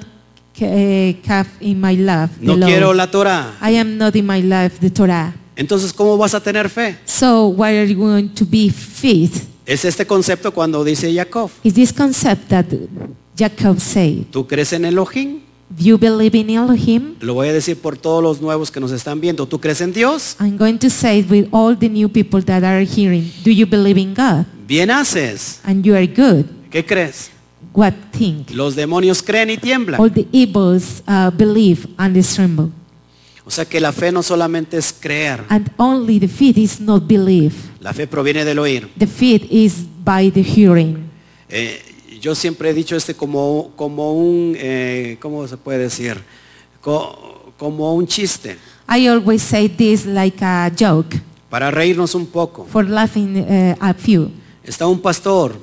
S2: ca- eh, calf in my life, the
S1: no
S2: law.
S1: quiero la Torah.
S2: I am not in my life the Torah.
S1: Entonces, ¿cómo vas a tener fe?
S2: So why are you going to be faith?
S1: Es este concepto cuando dice Jacob,
S2: Is this concept that Jacob said?
S1: ¿tú crees en Elohim?
S2: You believe in Elohim?
S1: Lo voy a decir por todos los nuevos que nos están viendo. ¿Tú crees en Dios?
S2: I'm going to say it with all the new people that are hearing. Do you believe in God?
S1: Bien haces.
S2: And you are good.
S1: ¿Qué crees?
S2: What think?
S1: Los demonios creen y tiemblan.
S2: all the evils uh, believe and is tremble.
S1: O sea que la fe no solamente es creer,
S2: And only the faith is not belief.
S1: la fe proviene del oír.
S2: The faith is by the hearing.
S1: Eh, yo siempre he dicho este como, como un, eh, ¿cómo se puede decir? Co- como un chiste,
S2: I always say this like a joke
S1: para reírnos un poco.
S2: for laughing uh, a few.
S1: Está un pastor,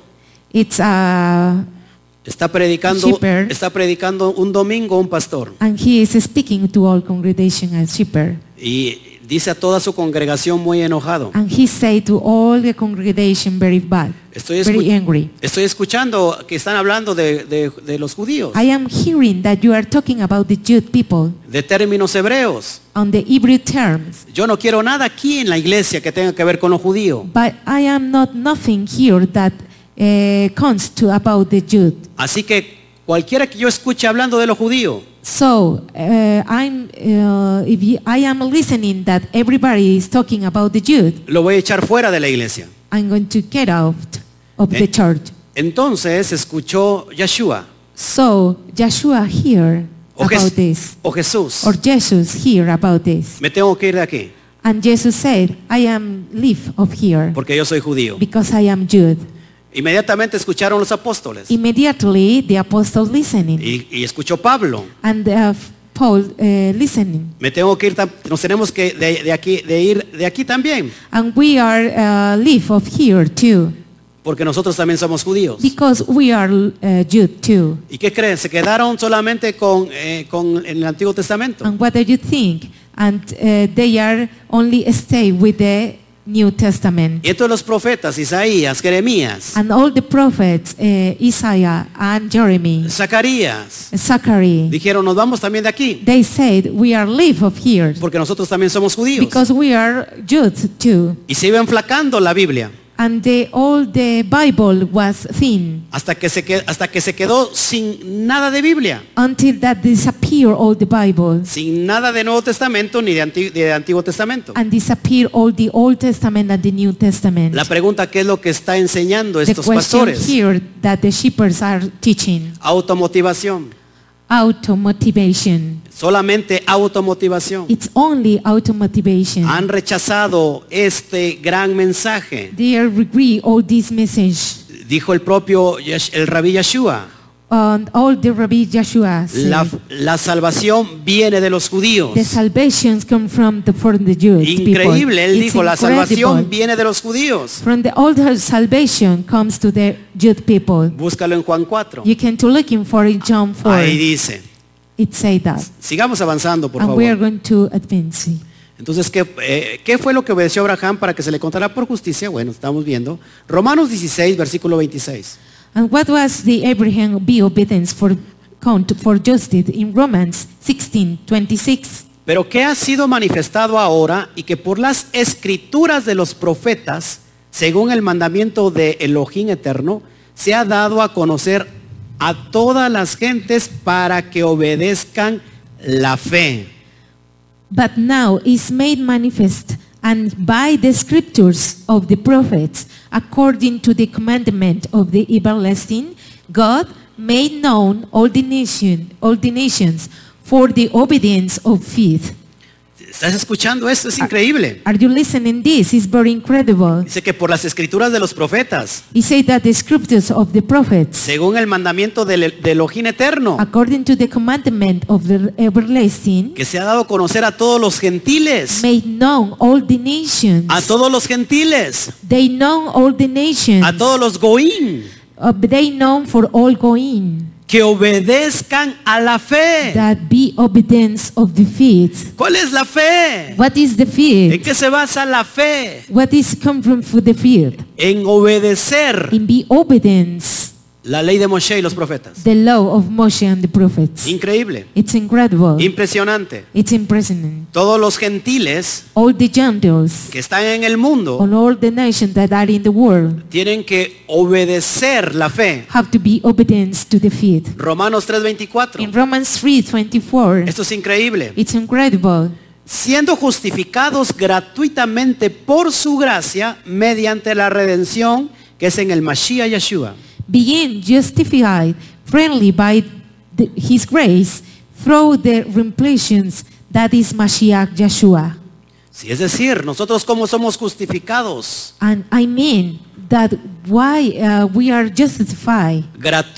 S2: It's uh,
S1: está predicando,
S2: Shepherd.
S1: está predicando un domingo un pastor
S2: and he is speaking to all congregation as shepherd.
S1: y dice a toda su congregación muy enojado.
S2: And he say to all the congregation very bad,
S1: Estoy, escu-
S2: very angry.
S1: estoy escuchando que están hablando de, de- de los judíos,
S2: I am hearing that you are talking about the Jew people
S1: de términos hebreos.
S2: on the Hebrew terms.
S1: Yo no quiero nada aquí en la iglesia que tenga que ver con lo judío.
S2: But I am not nothing here that uh, comes to about the Jude.
S1: Así que cualquiera que yo escuche hablando de lo judío,
S2: So uh, I'm, uh, if you, I am listening that everybody is talking about the Jude,
S1: lo voy a echar fuera de la iglesia.
S2: I'm going to get out of
S1: Eh.
S2: the church.
S1: Entonces escuchó Yeshua
S2: So Joshua here
S1: o, Jes-
S2: about this,
S1: o Jesús.
S2: or Jesus here about this,
S1: Me tengo que ir de aquí
S2: and Jesus said, "I am leave of here
S1: porque yo soy judío.
S2: because I am Jude."
S1: Inmediatamente escucharon los apóstoles y,
S2: Immediately the apostle listening
S1: y escuchó Pablo.
S2: and uh, Paul uh, listening.
S1: Me tengo que ir, tam- nos tenemos que de, de aquí, de ir de aquí también,
S2: And we are uh, live of here too,
S1: porque nosotros también somos judíos.
S2: because we are uh, Jude too.
S1: ¿Y qué creen? Se quedaron solamente con, eh, con el Antiguo Testamento.
S2: And what do you think? And uh, they are only stay with the New Testament.
S1: Y entonces los profetas, Isaías, Jeremías,
S2: And all the prophets, uh, Isaiah and Jeremy,
S1: Zacarías,
S2: Zachary,
S1: dijeron, nos vamos también de aquí,
S2: they said, we are live of here,
S1: porque nosotros también somos judíos.
S2: because we are Jude too.
S1: Y se iba enflacando la Biblia
S2: And the, all the Bible was thin
S1: hasta que se quedó, hasta que se quedó sin nada de Biblia,
S2: until that disappear all the Bible.
S1: sin nada de Nuevo Testamento ni de, Anti- de Antiguo Testamento.
S2: and disappear all the Old Testament and the New Testament.
S1: La pregunta, ¿qué es lo que está enseñando
S2: the
S1: estos
S2: question
S1: pastores?
S2: here that the shepherds are teaching,
S1: Automotivación,
S2: automotivation.
S1: solamente automotivación.
S2: It's only automotivation.
S1: Han rechazado este gran mensaje,
S2: they agree all this message.
S1: dijo el propio Yesh- el rabí Yeshua.
S2: on all the Rabbi Joshua said,
S1: La, la salvación viene de los judíos.
S2: the salvations come from the from the Jewish people.
S1: Increíble, él
S2: It's
S1: dijo, la salvación
S2: incredible.
S1: viene de los judíos.
S2: From the old salvation comes to the Jude people.
S1: Búscalo en Juan 4.
S2: You can to looking for in John 4.
S1: Ahí dice.
S2: It say that.
S1: Sigamos avanzando, por
S2: and we are
S1: favor.
S2: going to advance. it.
S1: Entonces, ¿qué, eh, qué fue lo que obedeció Abraham para que se le contara por justicia? Bueno, estamos viendo. Romanos 16, versículo 26.
S2: And what was the Abraham be obedience for count for justice in Romans 16:26?
S1: Pero que ha sido manifestado ahora y que por las escrituras de los profetas, según el mandamiento de Elohim eterno, se ha dado a conocer a todas las gentes para que obedezcan la fe.
S2: But now is made manifest, and by the scriptures of the prophets, according to the commandment of the everlasting God, made known all the nation, all the nations, for the obedience of faith.
S1: ¿Estás escuchando esto? Es increíble.
S2: Are you listening? This is very incredible.
S1: Dice que por las escrituras de los profetas,
S2: He said that the scriptures of the prophets,
S1: según el mandamiento del de Elohim eterno,
S2: according to the commandment of the everlasting,
S1: que se ha dado a conocer a todos los gentiles,
S2: made known all the nations.
S1: a todos los gentiles,
S2: They know all the nations.
S1: a todos los goín,
S2: Uh, but they known for all going.
S1: que obedezcan a la fe.
S2: that be obedience of the faith.
S1: ¿Cuál es la fe?
S2: What is the
S1: ¿En
S2: faith?
S1: qué se basa la fe?
S2: What is come from for the faith?
S1: En obedecer
S2: In be obedience
S1: la ley de Moshe y los profetas.
S2: the law of Moshe and the prophets.
S1: Increíble,
S2: It's incredible.
S1: impresionante.
S2: It's impressive.
S1: Todos los gentiles
S2: All the Gentiles,
S1: que están en el mundo
S2: all, all the nations that are in the world,
S1: tienen que obedecer la fe.
S2: have to be obedience to the faith.
S1: Romanos
S2: In
S1: 3:24.
S2: Romans 3:24,
S1: Esto es increíble.
S2: it's incredible.
S1: Siendo justificados gratuitamente por su gracia mediante la redención que es en el Mashiach Yeshua.
S2: being justified friendly by the- his grace through the revelations that is Mashiach Yeshua.
S1: Si es decir, nosotros como somos justificados
S2: And I mean that why uh, we are justified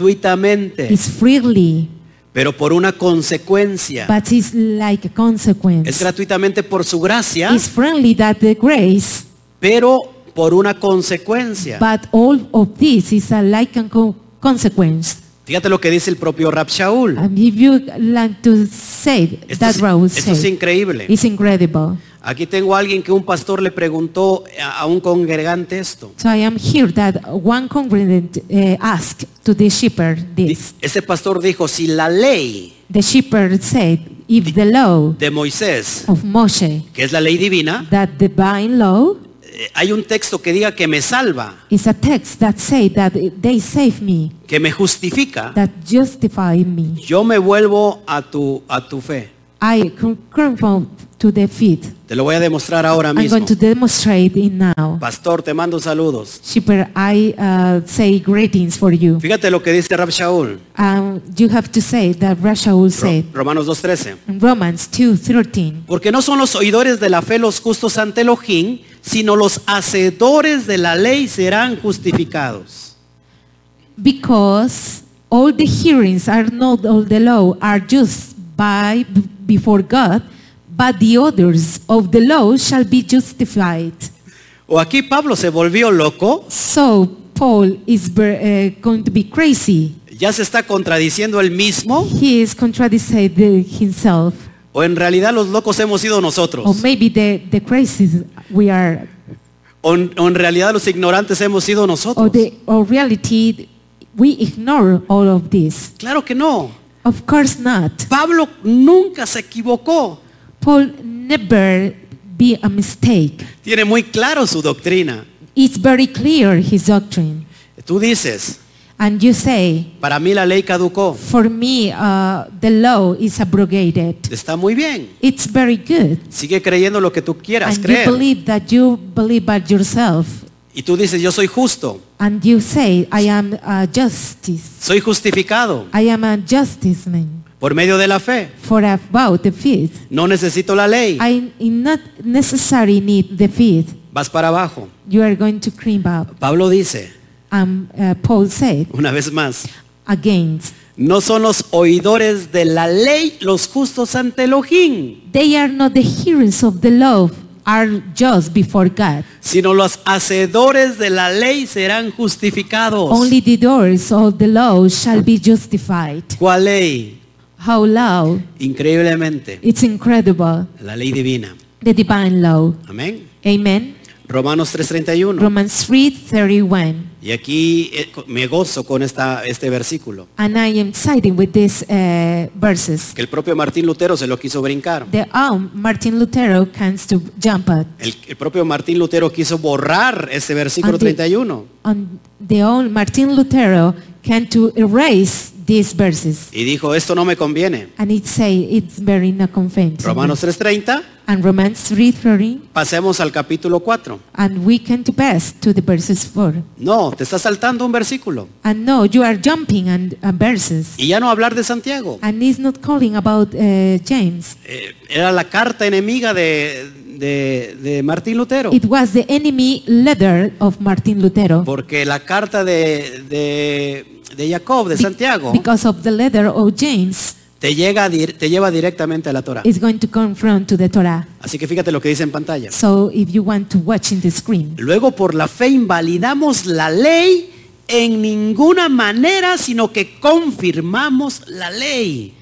S1: gratuitamente.
S2: is freely,
S1: pero por una consecuencia.
S2: but it's like a
S1: Es
S2: consequence.
S1: gratuitamente por su gracia,
S2: It's friendly that the grace,
S1: pero por una consecuencia.
S2: but all of this is a like a co- consequence.
S1: Fíjate lo que dice el propio Rab Shaul.
S2: And if you like to say
S1: Hmm. Esto
S2: Ah, that
S1: es,
S2: road,
S1: esto es increíble.
S2: it's incredible.
S1: Aquí tengo a alguien que un pastor le preguntó a, a un congregante esto.
S2: So I am here that one congregant uh, asked to the shepherd
S1: Di-
S2: this.
S1: Ese pastor dijo, si la ley
S2: The shepherd said, if the law
S1: de Moisés,
S2: of Moshe,
S1: que es la ley divina,
S2: that divine law,
S1: eh, hay un texto que diga que me salva,
S2: is a text that say that they save me,
S1: que me justifica,
S2: that justify me.
S1: yo me vuelvo a tu, a tu fe.
S2: I con- conform to the feet.
S1: Te lo voy a demostrar ahora
S2: I'm going
S1: mismo.
S2: to demonstrate it now.
S1: Pastor, te mando saludos.
S2: Shepherd, I uh, say greetings for you.
S1: Fíjate lo que dice Rab Shaul,
S2: Um, you have to say that Russia
S1: Ro-
S2: will say
S1: Romanos 2.13.
S2: in Romans 2.13.
S1: Porque no son los oidores de la fe los justos ante Elohim, sino los hacedores de la ley serán justificados.
S2: because all the hearings are not all the law are just by before God, but the others of the law shall be justified.
S1: O aquí Pablo se volvió loco,
S2: So Paul is ver- uh, going to be crazy.
S1: ya se está contradiciendo él mismo,
S2: He is contradicted himself,
S1: o en realidad los locos hemos sido
S2: or
S1: nosotros,
S2: maybe the the crazies we are,
S1: o en, o en realidad los ignorantes hemos sido
S2: or
S1: nosotros.
S2: the or reality we ignore all of this.
S1: Claro que no.
S2: Of course not.
S1: Pablo nunca se equivocó.
S2: Paul never be a mistake.
S1: Tiene muy claro su doctrina.
S2: It's very clear his doctrine.
S1: Tú dices,
S2: And you say,
S1: para mí la ley caducó.
S2: for me, uh, the law is abrogated.
S1: Está muy bien.
S2: It's very good.
S1: Sigue creyendo lo que tú quieras
S2: And you
S1: creer.
S2: believe that you believe by yourself.
S1: Y tú dices, yo soy justo,
S2: And you say, I am a justice.
S1: soy justificado
S2: I am a justice man
S1: por medio de la fe.
S2: for about the faith.
S1: No necesito la ley.
S2: I in not necessarily need the faith.
S1: Vas para abajo.
S2: You are going to cream up.
S1: Pablo dice,
S2: And uh, Paul said,
S1: una vez más,
S2: against.
S1: No son los oidores de la ley los justos ante Elohim,
S2: They are not the hearers of the law, are just before God.
S1: sino los hacedores de la ley serán justificados.
S2: Only the doors of the law shall be justified.
S1: ¿Cuál ley?
S2: How low?
S1: Increíblemente,
S2: It's incredible.
S1: la ley divina.
S2: The divine law.
S1: Amén.
S2: Amen.
S1: Romanos 3:31.
S2: Romans 3:31.
S1: Y aquí eh, co- me gozo con esta, este versículo,
S2: And I am siding with these uh, verses.
S1: que el propio Martín Lutero se lo quiso brincar.
S2: The um, Martin Lutero comes to jump at.
S1: El, el propio Martín Lutero quiso borrar ese versículo
S2: Anti-
S1: 31
S2: And the old Martin Lutero came to erase these verses.
S1: y dijo, esto no me conviene.
S2: And it say it's very not convenient.
S1: Romanos 3:30,
S2: and Romans 3:30.
S1: pasemos al capítulo 4.
S2: And we can pass to the verses 4.
S1: No, te está saltando un versículo.
S2: And no, you are jumping and and verses.
S1: Y ya no hablar de Santiago.
S2: And he's not calling about uh, James.
S1: Eh, era la carta enemiga de, de- de Martín Lutero.
S2: It was the enemy letter of Martin Lutero.
S1: Porque la carta de, de, de Jacob, de
S2: Be-
S1: Santiago,
S2: Because of the letter of James
S1: te, llega, dir- te lleva directamente a la Torah.
S2: is going to confront to the Torah.
S1: Así que fíjate lo que dice en pantalla.
S2: So if you want to watch in the screen.
S1: Luego por la fe invalidamos la ley en ninguna manera, sino que confirmamos la ley.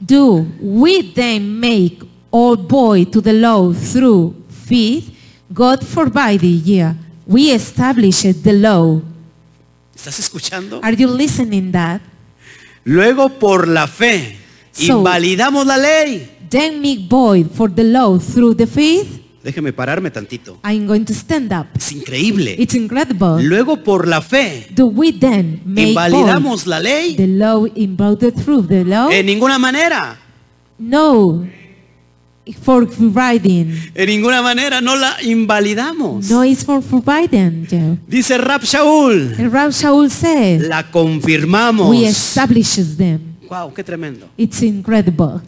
S2: Do we then make all void to the law through faith? God forbid it, yeah. We established the law.
S1: ¿Estás escuchando?
S2: Are you listening that?
S1: Luego por la fe
S2: So-
S1: invalidamos la ley.
S2: Then make void for the law through the faith.
S1: Déjeme pararme tantito.
S2: I'm going to stand up.
S1: Es increíble.
S2: It's incredible.
S1: Luego por la fe
S2: Do we then make void
S1: invalidamos la ley
S2: the law about the truth, the law?
S1: en ninguna manera.
S2: No. For forbidden.
S1: En ninguna manera no la invalidamos.
S2: No, it's for forbidden, Joe.
S1: Dice Rab Shaul,
S2: And Rav Shaul said,
S1: la confirmamos.
S2: we establishes them.
S1: Wow, qué tremendo.
S2: It's incredible.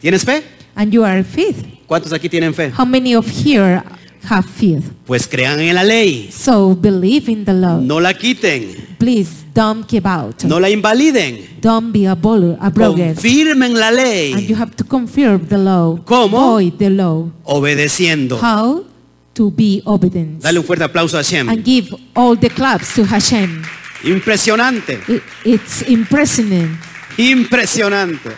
S1: ¿Tienes fe?
S2: And you are faith.
S1: ¿Cuántos aquí tienen fe?
S2: How many of here have faith?
S1: Pues crean en la ley.
S2: So believe in the law.
S1: No la quiten.
S2: Please don't give out.
S1: No la invaliden.
S2: Don't be a, bol- a blogger.
S1: Confirmen la
S2: And you
S1: ley.
S2: have to confirm the law.
S1: ¿Cómo?
S2: Void the law.
S1: Obedeciendo.
S2: How to be obedient.
S1: Dale un fuerte aplauso a Hashem.
S2: And give all the claps to Hashem.
S1: Impresionante.
S2: It- it's impressive.
S1: Impresionante.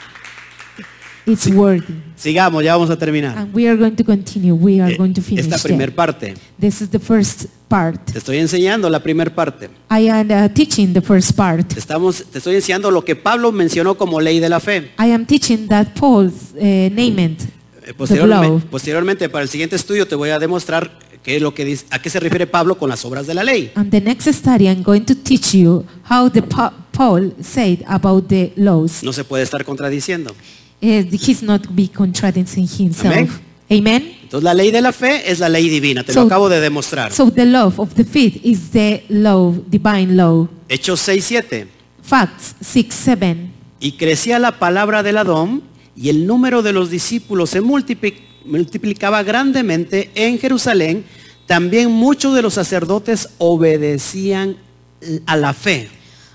S2: It's worthy.
S1: Sigamos, ya vamos a terminar.
S2: And we are going to continue. We are
S1: Eh,
S2: going to finish.
S1: Esta
S2: there.
S1: primer parte.
S2: This is the first part.
S1: Te estoy enseñando la primer parte.
S2: I am uh, teaching the first part.
S1: Te, estamos, te estoy enseñando lo que Pablo mencionó como ley de la fe.
S2: I am teaching that Paul's uh, named
S1: Eh,
S2: the law.
S1: Posteriormente, posteriormente, para el siguiente estudio, te voy a demostrar qué es lo que dice, a qué se refiere Pablo con las obras de la ley.
S2: And the next study, I'm going to teach you how the pa- Paul said about the laws.
S1: No se puede estar contradiciendo.
S2: Eh, he's not be contradicting himself.
S1: Amén.
S2: Amen.
S1: Entonces la ley de la fe es la ley divina, te lo
S2: So-
S1: acabo de demostrar.
S2: So the law of the faith is the law, divine law.
S1: Hechos 6, 7.
S2: Facts 6, 7.
S1: Y crecía la palabra del Adón y el número de los discípulos se multiplic- multiplicaba grandemente en Jerusalén. También muchos de los sacerdotes obedecían eh, a la fe.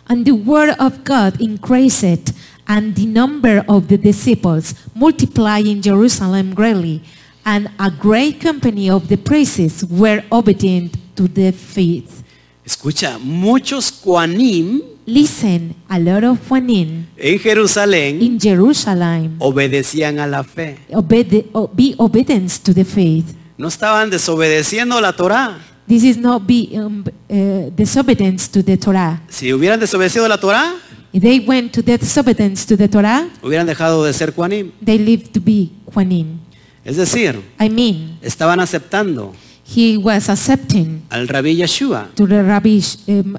S2: And the word of God increased, and the number of the disciples multiplied in Jerusalem greatly, and a great company of the priests were obedient to the faith.
S1: Escucha, muchos cuanim
S2: Listen, a lot of women
S1: en Jerusalén
S2: in Jerusalem
S1: obedecían a la fe.
S2: obede- o- be obedient to the faith.
S1: No estaban desobedeciendo la Torá.
S2: This is not be um, uh, disobedience to the Torah.
S1: Si hubieran desobedecido la Torá,
S2: If they went to the disobedience to the Torah,
S1: hubieran dejado de ser cuanim.
S2: they lived to be Quanin.
S1: Es decir,
S2: I mean,
S1: estaban aceptando
S2: he was accepting
S1: al rabí Yeshua,
S2: to the Rabbi Sh- um,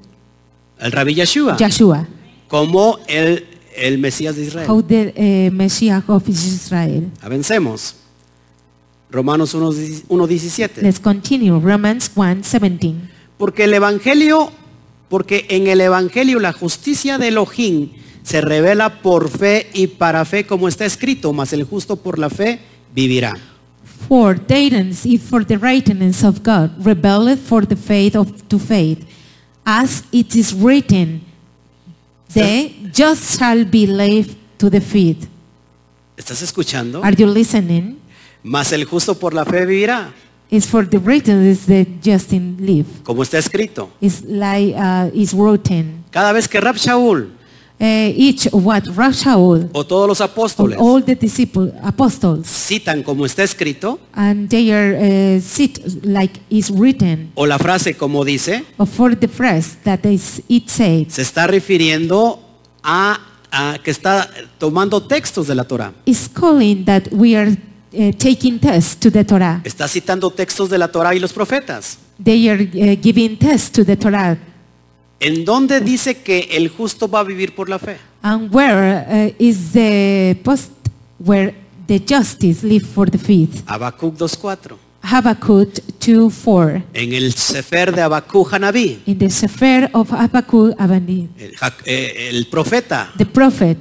S1: al rabí Yeshua,
S2: Joshua,
S1: como el, el Mesías de
S2: how
S1: Israel.
S2: the uh, Messiah of Israel.
S1: Avancemos. Romanos 1.17.
S2: Let's continue. Romans 1, 17.
S1: Porque el Evangelio, porque en el Evangelio la justicia de Elohim se revela por fe y para fe, como está escrito, mas el justo por la fe vivirá.
S2: For Dayton's is for the righteousness of God, rebelled for the faith of to faith, as it is written, They just shall be left to the feet.
S1: ¿Estás escuchando?
S2: Are you listening?
S1: Mas el justo por la fe vivirá,
S2: It's for the written is the Justin leaf.
S1: como está escrito.
S2: It's like uh, it's written.
S1: Cada vez que Rab Shaul
S2: Uh, each what Rashaul,
S1: o todos los apóstoles
S2: all the disciples, apostles,
S1: citan como está escrito,
S2: and they are uh, sit like it's written.
S1: o la frase como dice,
S2: Or for the phrase that is it says,
S1: se está refiriendo a, a que está tomando textos de la Torah.
S2: is calling that we are uh, taking tests to the Torah.
S1: Está citando textos de la Torah y los profetas.
S2: They are uh, giving tests to the Torah.
S1: ¿En dónde dice que el justo va a vivir por la fe?
S2: And where uh, is the post where the justice live for the faith?
S1: Habacuc 2.4.
S2: Habakkuk 2:4
S1: En el Sefer de Habacuc Hanabí,
S2: In the Sefer of Habakkuk Abani,
S1: el, Jac- eh, el profeta
S2: the prophet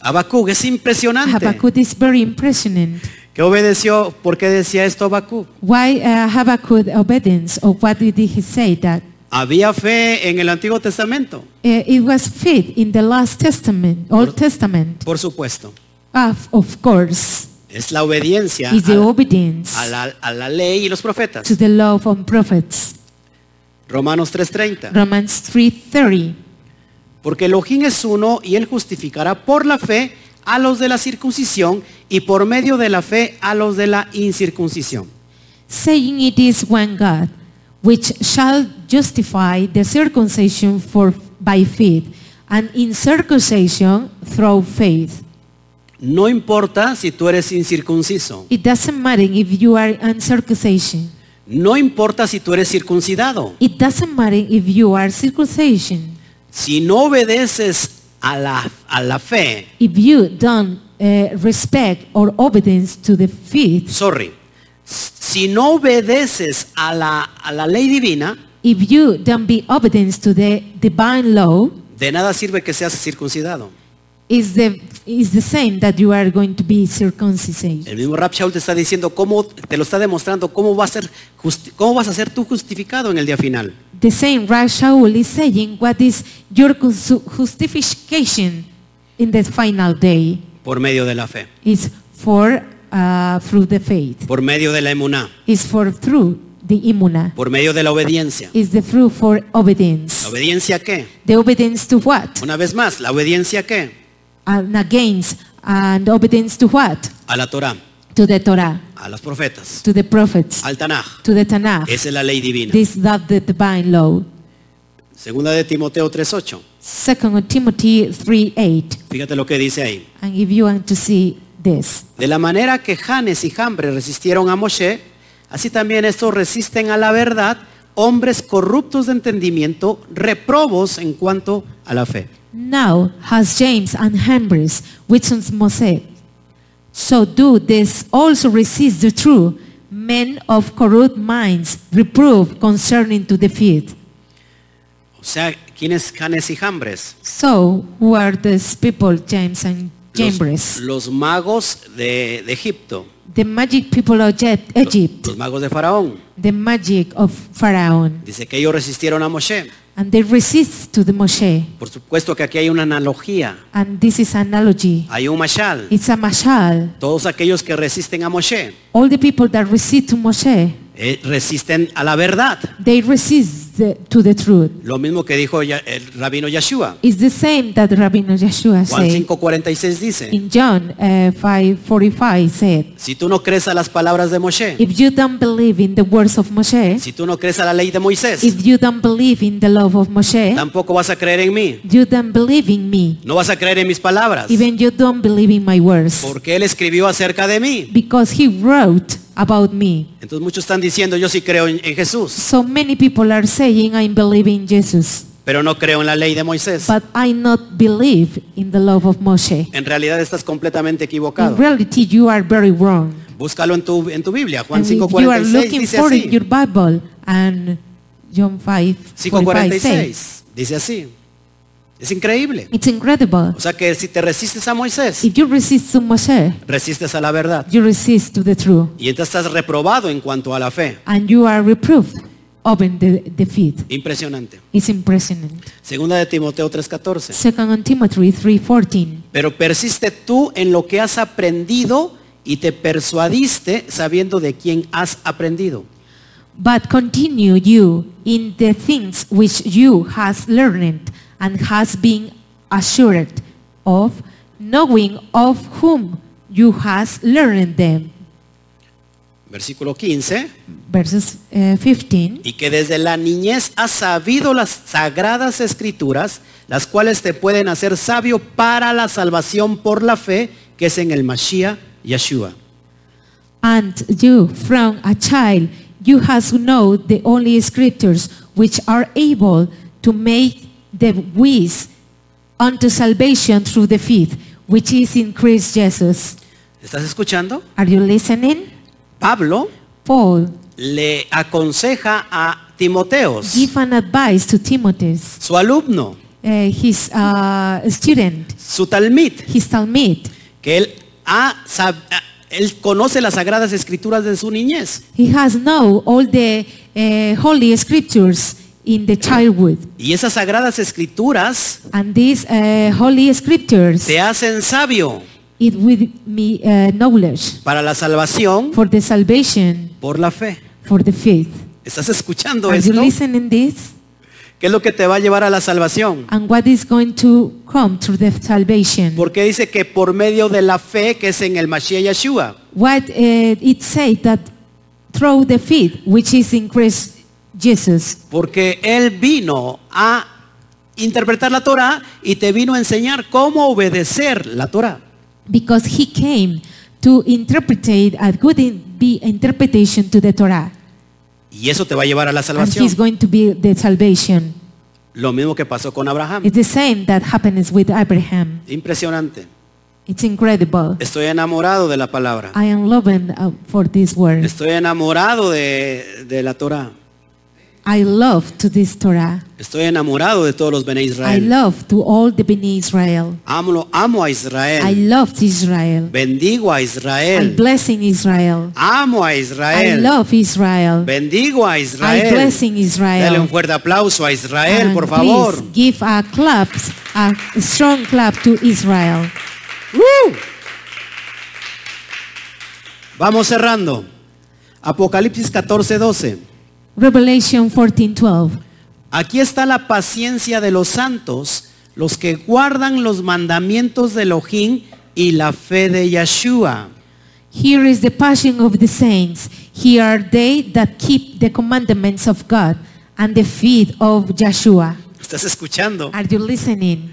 S1: Habacuc, es impresionante.
S2: Habakkuk is very impressionant.
S1: ¿Qué obedeció? ¿Por qué decía esto Habacuc?
S2: Why uh, Habakkuk obedience or what did he say that?
S1: Había fe en el Antiguo Testamento,
S2: Uh, it was faith in the last testament, Old Testament.
S1: por supuesto.
S2: Of, of course,
S1: Es la obediencia
S2: is the
S1: a,
S2: obedience
S1: a la, a la ley y los profetas.
S2: to the law of prophets.
S1: Romanos 3:30.
S2: Romans 3:30.
S1: Porque Elohim es uno y él justificará por la fe a los de la circuncisión y por medio de la fe a los de la incircuncisión.
S2: saying it is one God, which shall justify the circumcision for by faith, and in circumcision through faith.
S1: No importa si tú eres incircunciso.
S2: It doesn't matter if you are uncircumcision.
S1: No importa si tú eres circuncidado.
S2: It doesn't matter if you are circumcision.
S1: Si no obedeces a la, a la fe,
S2: If you don't uh, respect or obedience to the faith,
S1: sorry, si no obedeces a la, a la ley divina,
S2: if you don't be obedience to the divine law,
S1: de nada sirve que seas circuncidado.
S2: is the is the same that you are going to be circumcised.
S1: El mismo Rab Shaul te está diciendo cómo, te lo está demostrando cómo, va a ser justi- cómo vas a ser tú justificado en el día final.
S2: The same Rav Shaul is saying what is your cons- justification in the final day
S1: Por medio de la fe,
S2: is for uh, through the faith,
S1: por medio de la emuná,
S2: is for through the imuna,
S1: por medio de la obediencia.
S2: is the through for
S1: ¿La
S2: obedience.
S1: obediencia a qué?
S2: The obedience to what?
S1: Una vez más, ¿la obediencia a qué?
S2: And against and obedience to what?
S1: A la Torah,
S2: To the Torah,
S1: a los profetas,
S2: to the prophets,
S1: al Tanaj.
S2: to the Tanakh.
S1: Esa es la ley divina.
S2: This that the divine law.
S1: Segunda de Timoteo 3.8.
S2: Second Timothy 3:8.
S1: Fíjate lo que dice ahí.
S2: And if you want to see this.
S1: De la manera que Janes y Jambres resistieron a Moshe, así también estos resisten a la verdad, hombres corruptos de entendimiento, reprobos en cuanto a la fe.
S2: Now has James and Hambres, which is Moses. So do this also resist the true men of corrupt minds, reprove concerning to the faith.
S1: O sea, ¿quiénes Janes y Jambres?
S2: So who are these people, James and
S1: Los-
S2: Jambres?
S1: Los, magos de, de Egipto,
S2: The magic people of Egypt, Egypt,
S1: los magos de Faraón.
S2: the magic of Pharaoh,
S1: Dice que ellos resistieron a Moshe.
S2: and they resist to the Moshe.
S1: Por supuesto que aquí hay una analogía.
S2: And this is analogy.
S1: Hay un mashal.
S2: It's a mashal.
S1: Todos aquellos que resisten a Moshe
S2: All the people that resist to Moshe,
S1: eh, resisten a la verdad.
S2: they resist the- to the truth.
S1: Lo mismo que dijo ya- el rabino Yeshua.
S2: It's the same that Rabbi Yeshua
S1: Juan
S2: said
S1: 5:46 dice,
S2: in John uh, 5:45 said,
S1: si tú no crees a las palabras de Moshe,
S2: if you don't believe in the words of Moshe,
S1: si tú no crees a la ley de Moisés,
S2: if you don't believe in the love of Moshe,
S1: tampoco vas a creer en mí,
S2: you don't believe in me.
S1: no vas a creer en mis palabras,
S2: Even you don't believe in my words
S1: porque él escribió acerca de mí.
S2: because he wrote about me.
S1: Entonces muchos están diciendo, yo sí creo en, en Jesús,
S2: So many people are saying I believe in Jesus,
S1: pero no creo en la ley de Moisés.
S2: but I not believe in the love of Moshe.
S1: En realidad estás completamente
S2: In
S1: equivocado.
S2: reality, you are very wrong.
S1: Búscalo en tu, en tu Biblia, Juan
S2: And if you are
S1: 5:46
S2: looking
S1: dice
S2: for in
S1: así.
S2: your Bible and John 5, 45 says,
S1: 5:46 dice así. Es increíble.
S2: it's incredible.
S1: O sea que si te resistes a Moisés,
S2: If you resist to Moshe,
S1: resistes a la verdad.
S2: you resist to the truth
S1: Y entonces estás reprobado en cuanto a la fe.
S2: and you are reproved. open the, the feet.
S1: Impresionante.
S2: It's impressionant.
S1: Segunda de Timoteo 3:14.
S2: Second on Timothy 3.14.
S1: Pero persiste tú en lo que has aprendido y te persuadiste sabiendo de quién has aprendido.
S2: But continue you in the things which you has learned and has been assured of, knowing of whom you has learned them.
S1: Versículo 15.
S2: Verses eh, 15.
S1: Y que desde la niñez has sabido las sagradas escrituras, las cuales te pueden hacer sabio para la salvación por la fe que es en el Mashiach Yeshua.
S2: And you, from a child, you has know the only scriptures which are able to make the wise unto salvation through the faith, which is in Christ Jesus.
S1: ¿Estás escuchando?
S2: Are you listening?
S1: Pablo
S2: Paul,
S1: le aconseja a Timoteos,
S2: give an advice to Timothy,
S1: su alumno,
S2: eh, his uh, student,
S1: su talmid,
S2: his Talmud.
S1: que él, ha sab- ah, él conoce las sagradas escrituras de su niñez.
S2: He has know all the eh, holy scriptures in the childhood.
S1: Y esas sagradas escrituras
S2: And these eh, holy scriptures,
S1: te hacen sabio
S2: it with me eh, knowledge
S1: para la salvación
S2: for the salvation,
S1: por la fe.
S2: for the faith.
S1: ¿Estás escuchando
S2: Are you
S1: esto?
S2: listening this?
S1: ¿Qué es lo que te va a llevar a la salvación?
S2: And what is going to come through the salvation?
S1: Porque dice que por medio de la fe que es en el Mashiach Yeshua.
S2: What uh, it says that through the feet, which is in Christ Jesus,
S1: Porque Él vino a interpretar la Torah y te vino a enseñar cómo obedecer la Torah.
S2: because he came to interpret a good in, be interpretation to the Torah,
S1: Y eso te va a llevar a la
S2: and he's
S1: salvación.
S2: going to be the salvation.
S1: Lo mismo que pasó con Abraham.
S2: It's the same that happens with Abraham.
S1: Impresionante.
S2: It's incredible.
S1: Estoy enamorado de la palabra.
S2: I am loving uh, for this word.
S1: Estoy enamorado de, de la Torah.
S2: I love to this Torah.
S1: Estoy enamorado de todos los Bene
S2: I
S1: Israel.
S2: love to all the Bnei Israel.
S1: Amo, amo a
S2: I
S1: Israel.
S2: love Israel.
S1: Bendigo a
S2: I
S1: Israel.
S2: blessing Israel.
S1: Amo a
S2: I
S1: Israel.
S2: love Israel.
S1: Bendigo a
S2: I
S1: Israel.
S2: blessing Israel.
S1: Dale un fuerte aplauso a Israel,
S2: And
S1: por favor.
S2: Please give a clap, a strong clap to Israel.
S1: ¡Woo! Vamos cerrando. Apocalipsis 14, 12.
S2: Revelation 14:12.
S1: Aquí está la paciencia de los santos, los que guardan los mandamientos de Elohim y la fe de Yeshua.
S2: Here is the passion of the saints. Here are they that keep the commandments of God and the feet of Joshua.
S1: ¿Estás escuchando?
S2: Are you listening?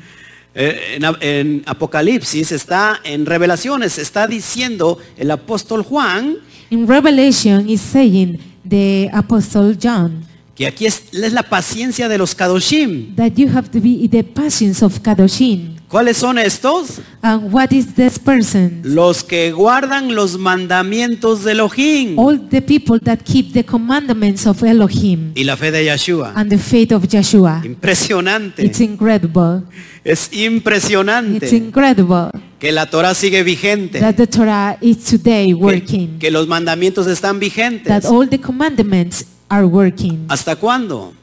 S1: Eh, en, en Apocalipsis está, en Revelaciones está diciendo el apóstol Juan
S2: In Revelation is saying the apostle John
S1: que aquí es, es la paciencia de los Kadoshim.
S2: that you have to be the passions of Kadoshim.
S1: ¿Cuáles son estos?
S2: And what is this person?
S1: Los que guardan los mandamientos de Elohim
S2: all the people that keep the commandments of Elohim
S1: y la fe de Yeshua.
S2: and the faith of Joshua.
S1: Impresionante.
S2: It's incredible.
S1: Es
S2: It's
S1: impresionante
S2: incredible
S1: que la Torah sigue vigente,
S2: that the Torah is today
S1: que,
S2: working,
S1: que los mandamientos están
S2: that
S1: vigentes.
S2: all the commandments are working.
S1: ¿Hasta cuándo?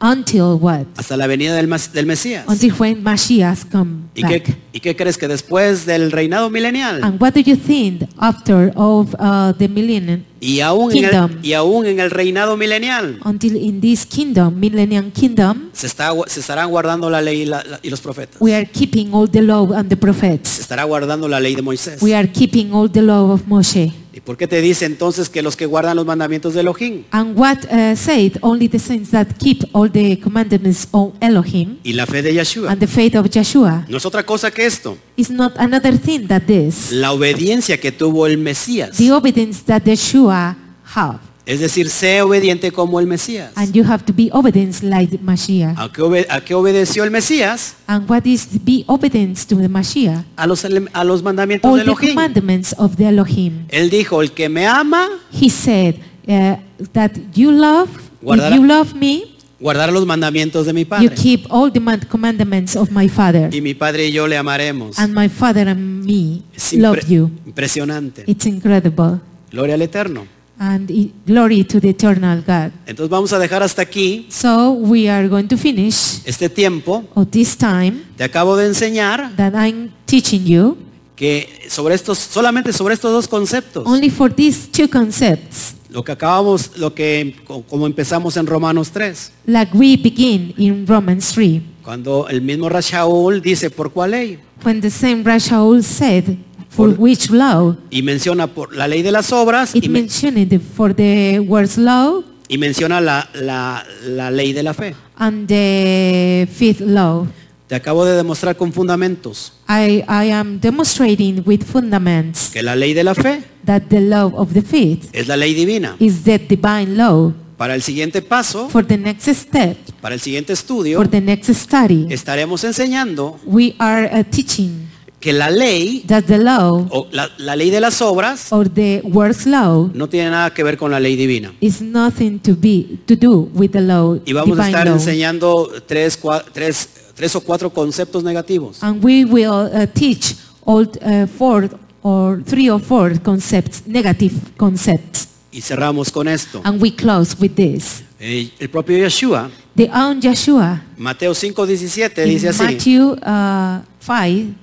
S2: Until what?
S1: Hasta la venida del, Mas- del Mesías.
S2: Until when Mashiach come
S1: ¿Y
S2: back. Um,
S1: qué, ¿Y qué crees que después del reinado milenial
S2: And what do you think after of uh, the millennium?
S1: y aún, en el,
S2: Kingdom.
S1: y aún en el reinado milenial
S2: Until in this kingdom, millennium kingdom,
S1: se, está, gu- se estarán guardando la ley y, la- la- y los profetas?
S2: we are keeping all the law and the
S1: Se
S2: prophets.
S1: estará guardando la ley de Moisés.
S2: We are keeping all the law of Moshe.
S1: ¿Y por qué te dice entonces que los que guardan los mandamientos de Elohim
S2: And what uh, said only the saints that keep all the commandments of Elohim
S1: y la fe de Yeshua?
S2: and the faith of Joshua
S1: No es otra cosa que esto.
S2: is not another thing that this,
S1: La obediencia que tuvo el Mesías.
S2: the obedience that Yeshua have.
S1: Es decir, sé obediente como el Mesías.
S2: And you have to be obedience like the Mashiach.
S1: ¿A qué, obe- a qué obedeció el Mesías?
S2: And what is to be obedience to the Mashiach?
S1: A los, ele- a los mandamientos
S2: All
S1: de
S2: the
S1: Elohim.
S2: commandments of the Elohim.
S1: Él dijo, el que me ama,
S2: He said uh, that you love,
S1: Guardará-
S2: if you love me,
S1: guardar los mandamientos de mi
S2: you
S1: Padre.
S2: keep all the man- commandments of my Father.
S1: Y mi Padre y yo le amaremos.
S2: And my Father and me
S1: Es impre-
S2: love you.
S1: impresionante.
S2: It's incredible.
S1: Gloria al Eterno.
S2: and i- glory to the eternal God.
S1: Entonces vamos a dejar hasta aquí
S2: So we are going to finish
S1: este tiempo.
S2: of this time
S1: Te acabo de enseñar
S2: that I'm teaching you
S1: que sobre estos, solamente sobre estos dos conceptos,
S2: only for these two concepts,
S1: lo que acabamos, lo que co- como empezamos en Romanos 3,
S2: like we begin in Romans 3,
S1: cuando el mismo Rashaul dice por cuál ley
S2: when the same Rashaul said, for
S1: Por-
S2: which law?
S1: y menciona por la ley de las obras
S2: It
S1: y, men-
S2: mentioned the- for the words law
S1: y menciona la, la- la ley de la fe.
S2: and the fifth law.
S1: Te acabo de demostrar con fundamentos
S2: I, I am demonstrating with fundaments
S1: que la ley de la fe
S2: that the love of the faith
S1: es la ley divina.
S2: is the divine law.
S1: Para el siguiente paso,
S2: For the next step,
S1: para el siguiente estudio,
S2: for the next study,
S1: estaremos enseñando
S2: we are uh, teaching
S1: que la ley
S2: that the law
S1: o la, la ley de las obras
S2: or the works law
S1: no tiene nada que ver con la ley divina.
S2: is nothing to be to do with the law,
S1: Y vamos a
S2: divine
S1: estar
S2: law.
S1: enseñando tres, cua- tres- tres o cuatro conceptos negativos.
S2: And we will uh, teach all uh, four or three or four concepts, negative concepts,
S1: Y cerramos con esto.
S2: and we close with this.
S1: Eh, El propio Yeshua,
S2: The own Yeshua
S1: Mateo 5:17,
S2: in
S1: dice así,
S2: Matthew uh, 5,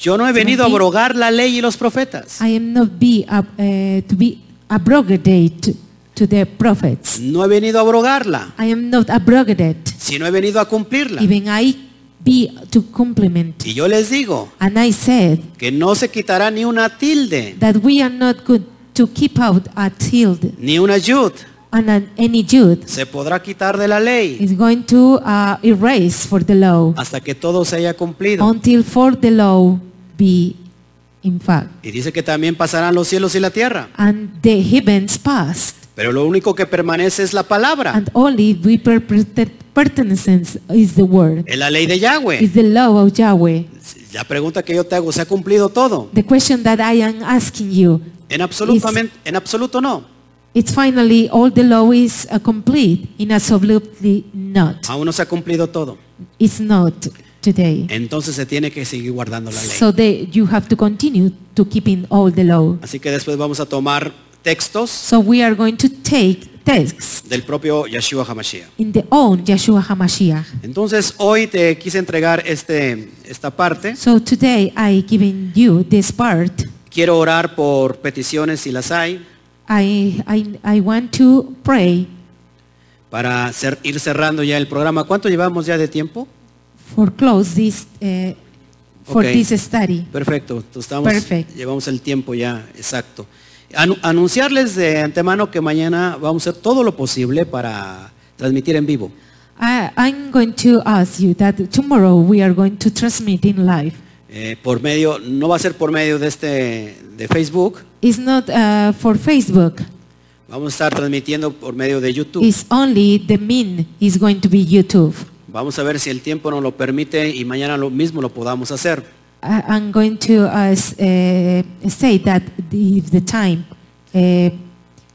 S1: yo no he venido a
S2: Matthew.
S1: abrogar la ley y los profetas.
S2: I am not be ab- uh, to be abrogated to the prophets.
S1: No he venido a abrogarla,
S2: I am not abrogated,
S1: sino he venido a cumplirla.
S2: even I be to compliment.
S1: Y yo les digo
S2: And I said
S1: que no se quitará ni una tilde,
S2: that we are not good to keep out a tilde
S1: ni una yud.
S2: and an, any Jude
S1: Se podrá quitar de la ley
S2: is going to uh, erase for the law
S1: hasta que todo se haya cumplido.
S2: until for the law be in fact.
S1: Y dice que también pasarán los cielos y la tierra.
S2: And the heavens passed
S1: Pero lo único que permanece es la palabra,
S2: and only we per- per- pertinence is the word.
S1: es la ley de Yahweh.
S2: is the law of Yahweh.
S1: La pregunta que yo te hago, ¿se ha cumplido todo?
S2: The question that I am asking you,
S1: En absolutamente, en absoluto no.
S2: it's finally all the law is uh, complete in absolutely not.
S1: Aún no se ha cumplido todo.
S2: It's not today.
S1: Entonces se tiene que seguir guardando la ley.
S2: So they, you have to continue to keep in all the law.
S1: Así que después vamos a tomar textos
S2: So we are going to take texts
S1: del propio Yeshua Hamashiach.
S2: in the own Yeshua HaMashiach.
S1: Entonces hoy te quise entregar este, esta parte.
S2: So today I giving you this part.
S1: Quiero orar por peticiones si las hay
S2: I, I, I want to pray
S1: para cer- ir cerrando ya el programa. ¿Cuánto llevamos ya de tiempo?
S2: for close this uh, for
S1: Okay.
S2: this study.
S1: Perfecto, entonces estamos,
S2: Perfect.
S1: llevamos el tiempo ya exacto. Anu- anunciarles de antemano que mañana vamos a hacer todo lo posible para transmitir en vivo.
S2: I, I'm going to ask you that tomorrow we are going to transmit in live.
S1: Eh, por medio, no va a ser por medio de este de Facebook,
S2: It's not uh, for Facebook.
S1: vamos a estar transmitiendo por medio de YouTube.
S2: It's only the mean is going to be YouTube.
S1: Vamos a ver si el tiempo nos lo permite y mañana lo mismo lo podamos hacer.
S2: I, I'm going to uh, s- uh, say that the- if the time uh,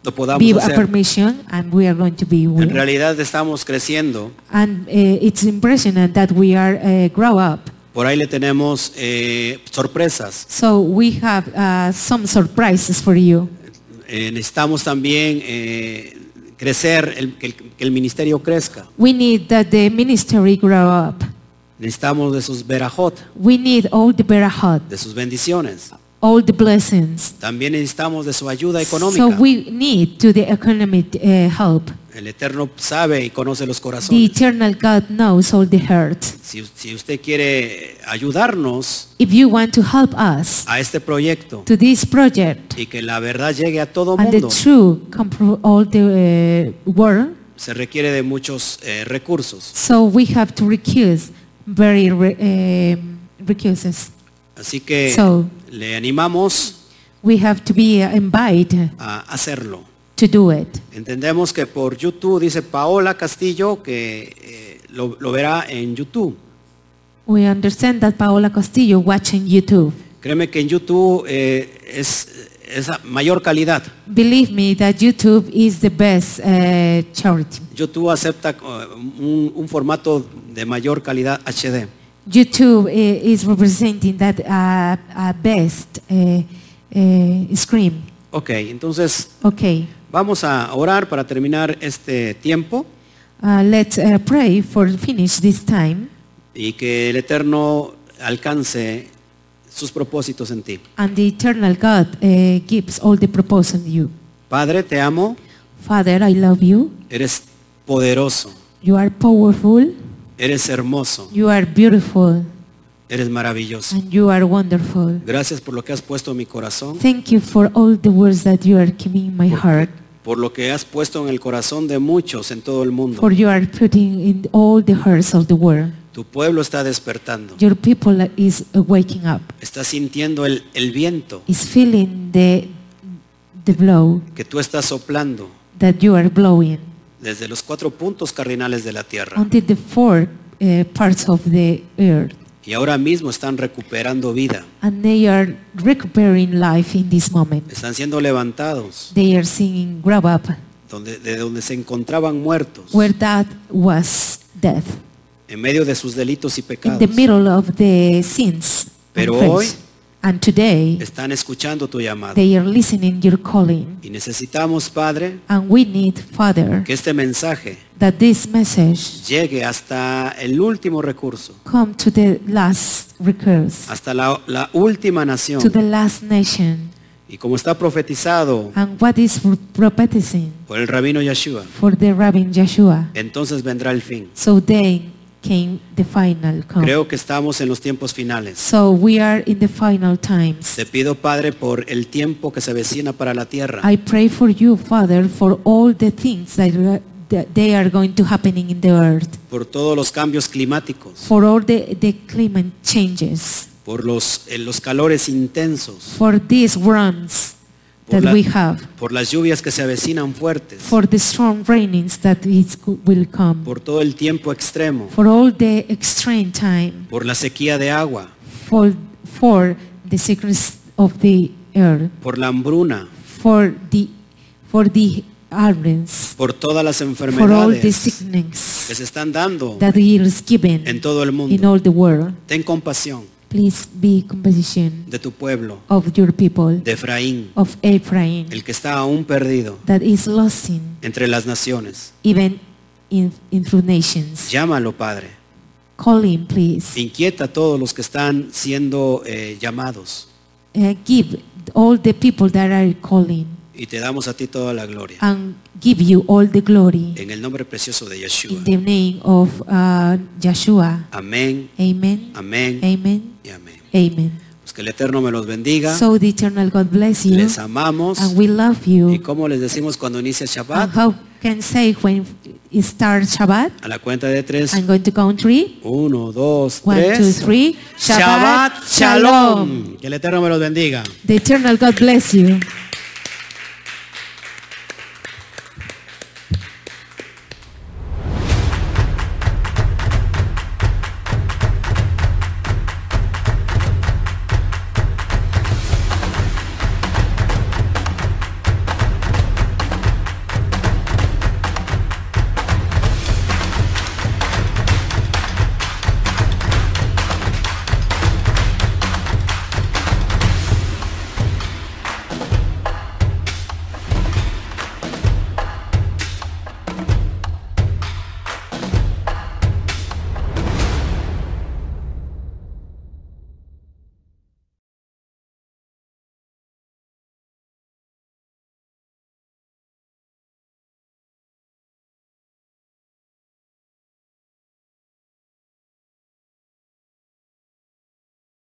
S1: Lo podamos
S2: be a
S1: hacer.
S2: permission, and we are going to be
S1: En
S2: with.
S1: realidad estamos creciendo.
S2: And uh, it's impressionant that we are uh, grow up.
S1: Por ahí le tenemos eh, sorpresas.
S2: So we have uh, some surprises for you.
S1: Eh, necesitamos también eh, crecer, el- que, el, que el ministerio crezca.
S2: We need that the ministry grow up.
S1: Necesitamos de sus verajot,
S2: We need all the berahot.
S1: de sus bendiciones.
S2: all the blessings.
S1: También necesitamos de su ayuda
S2: So
S1: económica.
S2: we need to the economic uh, help.
S1: el Eterno sabe y conoce los
S2: The
S1: corazones.
S2: eternal God knows all the hurt.
S1: Si, si usted quiere ayudarnos
S2: If you want to help us
S1: a este proyecto
S2: to this project
S1: y que la verdad llegue a todo
S2: and the
S1: mundo,
S2: truth come through all the uh, world,
S1: se requiere de muchos eh, recursos.
S2: so we have to recuse very re- um, recuses.
S1: Así que
S2: So-
S1: le animamos
S2: We have to be uh, invited
S1: a hacerlo.
S2: to do it.
S1: Entendemos que por YouTube, dice Paola Castillo, que eh, lo, lo verá en YouTube.
S2: We understand that Paola Castillo watching YouTube.
S1: Créeme que en YouTube eh, es, es a mayor calidad.
S2: Believe me that YouTube is the best uh, charity.
S1: YouTube acepta eh, un, un formato de mayor calidad HD.
S2: YouTube i- is representing that uh, uh, best uh, uh, screen.
S1: Ok, Ok, entonces
S2: Okay,
S1: vamos a orar para terminar este tiempo
S2: uh, let's uh, pray for finish this time
S1: y que el Eterno alcance sus propósitos en ti.
S2: and the eternal God uh, gives all the proposal you.
S1: Padre, te amo,
S2: Father, I love you.
S1: eres poderoso,
S2: You are powerful.
S1: eres hermoso,
S2: You are beautiful
S1: eres maravilloso.
S2: and you are wonderful.
S1: Gracias por lo que has puesto en mi corazón,
S2: Thank you for all the words that you are giving in my heart.
S1: por lo que has puesto en el corazón de muchos en todo el mundo.
S2: For you are putting in all the hearts of the world.
S1: Tu pueblo está despertando,
S2: Your people is uh, waking up.
S1: está sintiendo el, el viento
S2: Is feeling the the blow
S1: que tú estás soplando
S2: that you are blowing
S1: desde los cuatro puntos cardinales de la tierra.
S2: until the four uh, parts of the earth,
S1: Y ahora mismo están recuperando vida,
S2: and they are recuperating life in this moment.
S1: están siendo levantados
S2: They are singing, "Grab up,"
S1: donde, de donde se encontraban muertos
S2: where that was death,
S1: en medio de sus delitos y
S2: in
S1: pecados.
S2: the middle of the sins. and
S1: Pero
S2: faith.
S1: hoy-
S2: and today
S1: Están escuchando tu llamada.
S2: they are listening your calling,
S1: Y necesitamos, Padre,
S2: and we need, Father,
S1: que este mensaje
S2: that this message
S1: llegue hasta el último recurso,
S2: come to the last recurse,
S1: hasta la, la última nación.
S2: to the last nation,
S1: Y como está profetizado
S2: and what is prophesying
S1: por el rabino Yeshua,
S2: for the Rabbi Joshua.
S1: entonces vendrá el fin.
S2: So then came the final come.
S1: Creo que estamos en los tiempos finales.
S2: So we are in the final times.
S1: Te pido, Padre, por el tiempo que se vecina para la tierra,
S2: I pray for you, Father, for all the things that, are- that they are going to happening in the earth,
S1: por todos los cambios climáticos,
S2: for all the, the climate changes,
S1: por los, eh, los calores intensos,
S2: for these runs
S1: Por
S2: that
S1: la-
S2: we have,
S1: por las lluvias que se avecinan fuertes,
S2: for the strong rainings that it will come.
S1: por todo el tiempo extremo,
S2: for all the extreme time,
S1: por la sequía de agua,
S2: for, for the secrets of the earth,
S1: por la hambruna,
S2: for the for the arms,
S1: por todas las
S2: for all the
S1: enfermedades que
S2: sickness
S1: se están dando
S2: that He is given
S1: en todo el
S2: in
S1: mundo.
S2: all the world.
S1: Ten compasión
S2: Please be compassion
S1: de tu pueblo,
S2: of your people,
S1: de Efraín,
S2: of Ephraim,
S1: el que está aún perdido
S2: that is lost in
S1: entre las naciones.
S2: even in, in through nations.
S1: Llámalo, Padre.
S2: Call him, please.
S1: Inquieta a todos los que están siendo eh, llamados.
S2: Uh, give all the people that are calling
S1: Y te damos a ti toda la gloria.
S2: and give you all the glory.
S1: En el nombre precioso de Eh, Yeshua.
S2: In the name of uh, Joshua.
S1: Amén,
S2: Amen.
S1: amén
S2: Amen.
S1: y amén.
S2: Amen.
S1: Pues que el Eterno me los bendiga.
S2: So the eternal God bless you,
S1: Les amamos.
S2: and we love
S1: Y
S2: you.
S1: como les decimos cuando inicia
S2: And
S1: Shabbat,
S2: how can say when it starts Shabbat?
S1: a la cuenta de tres.
S2: I'm going to count three.
S1: Uno, dos,
S2: One,
S1: tres.
S2: two, three.
S1: Shabbat,
S2: Shabbat Shalom.
S1: Shalom. Que el Eterno me los bendiga.
S2: The eternal God bless you.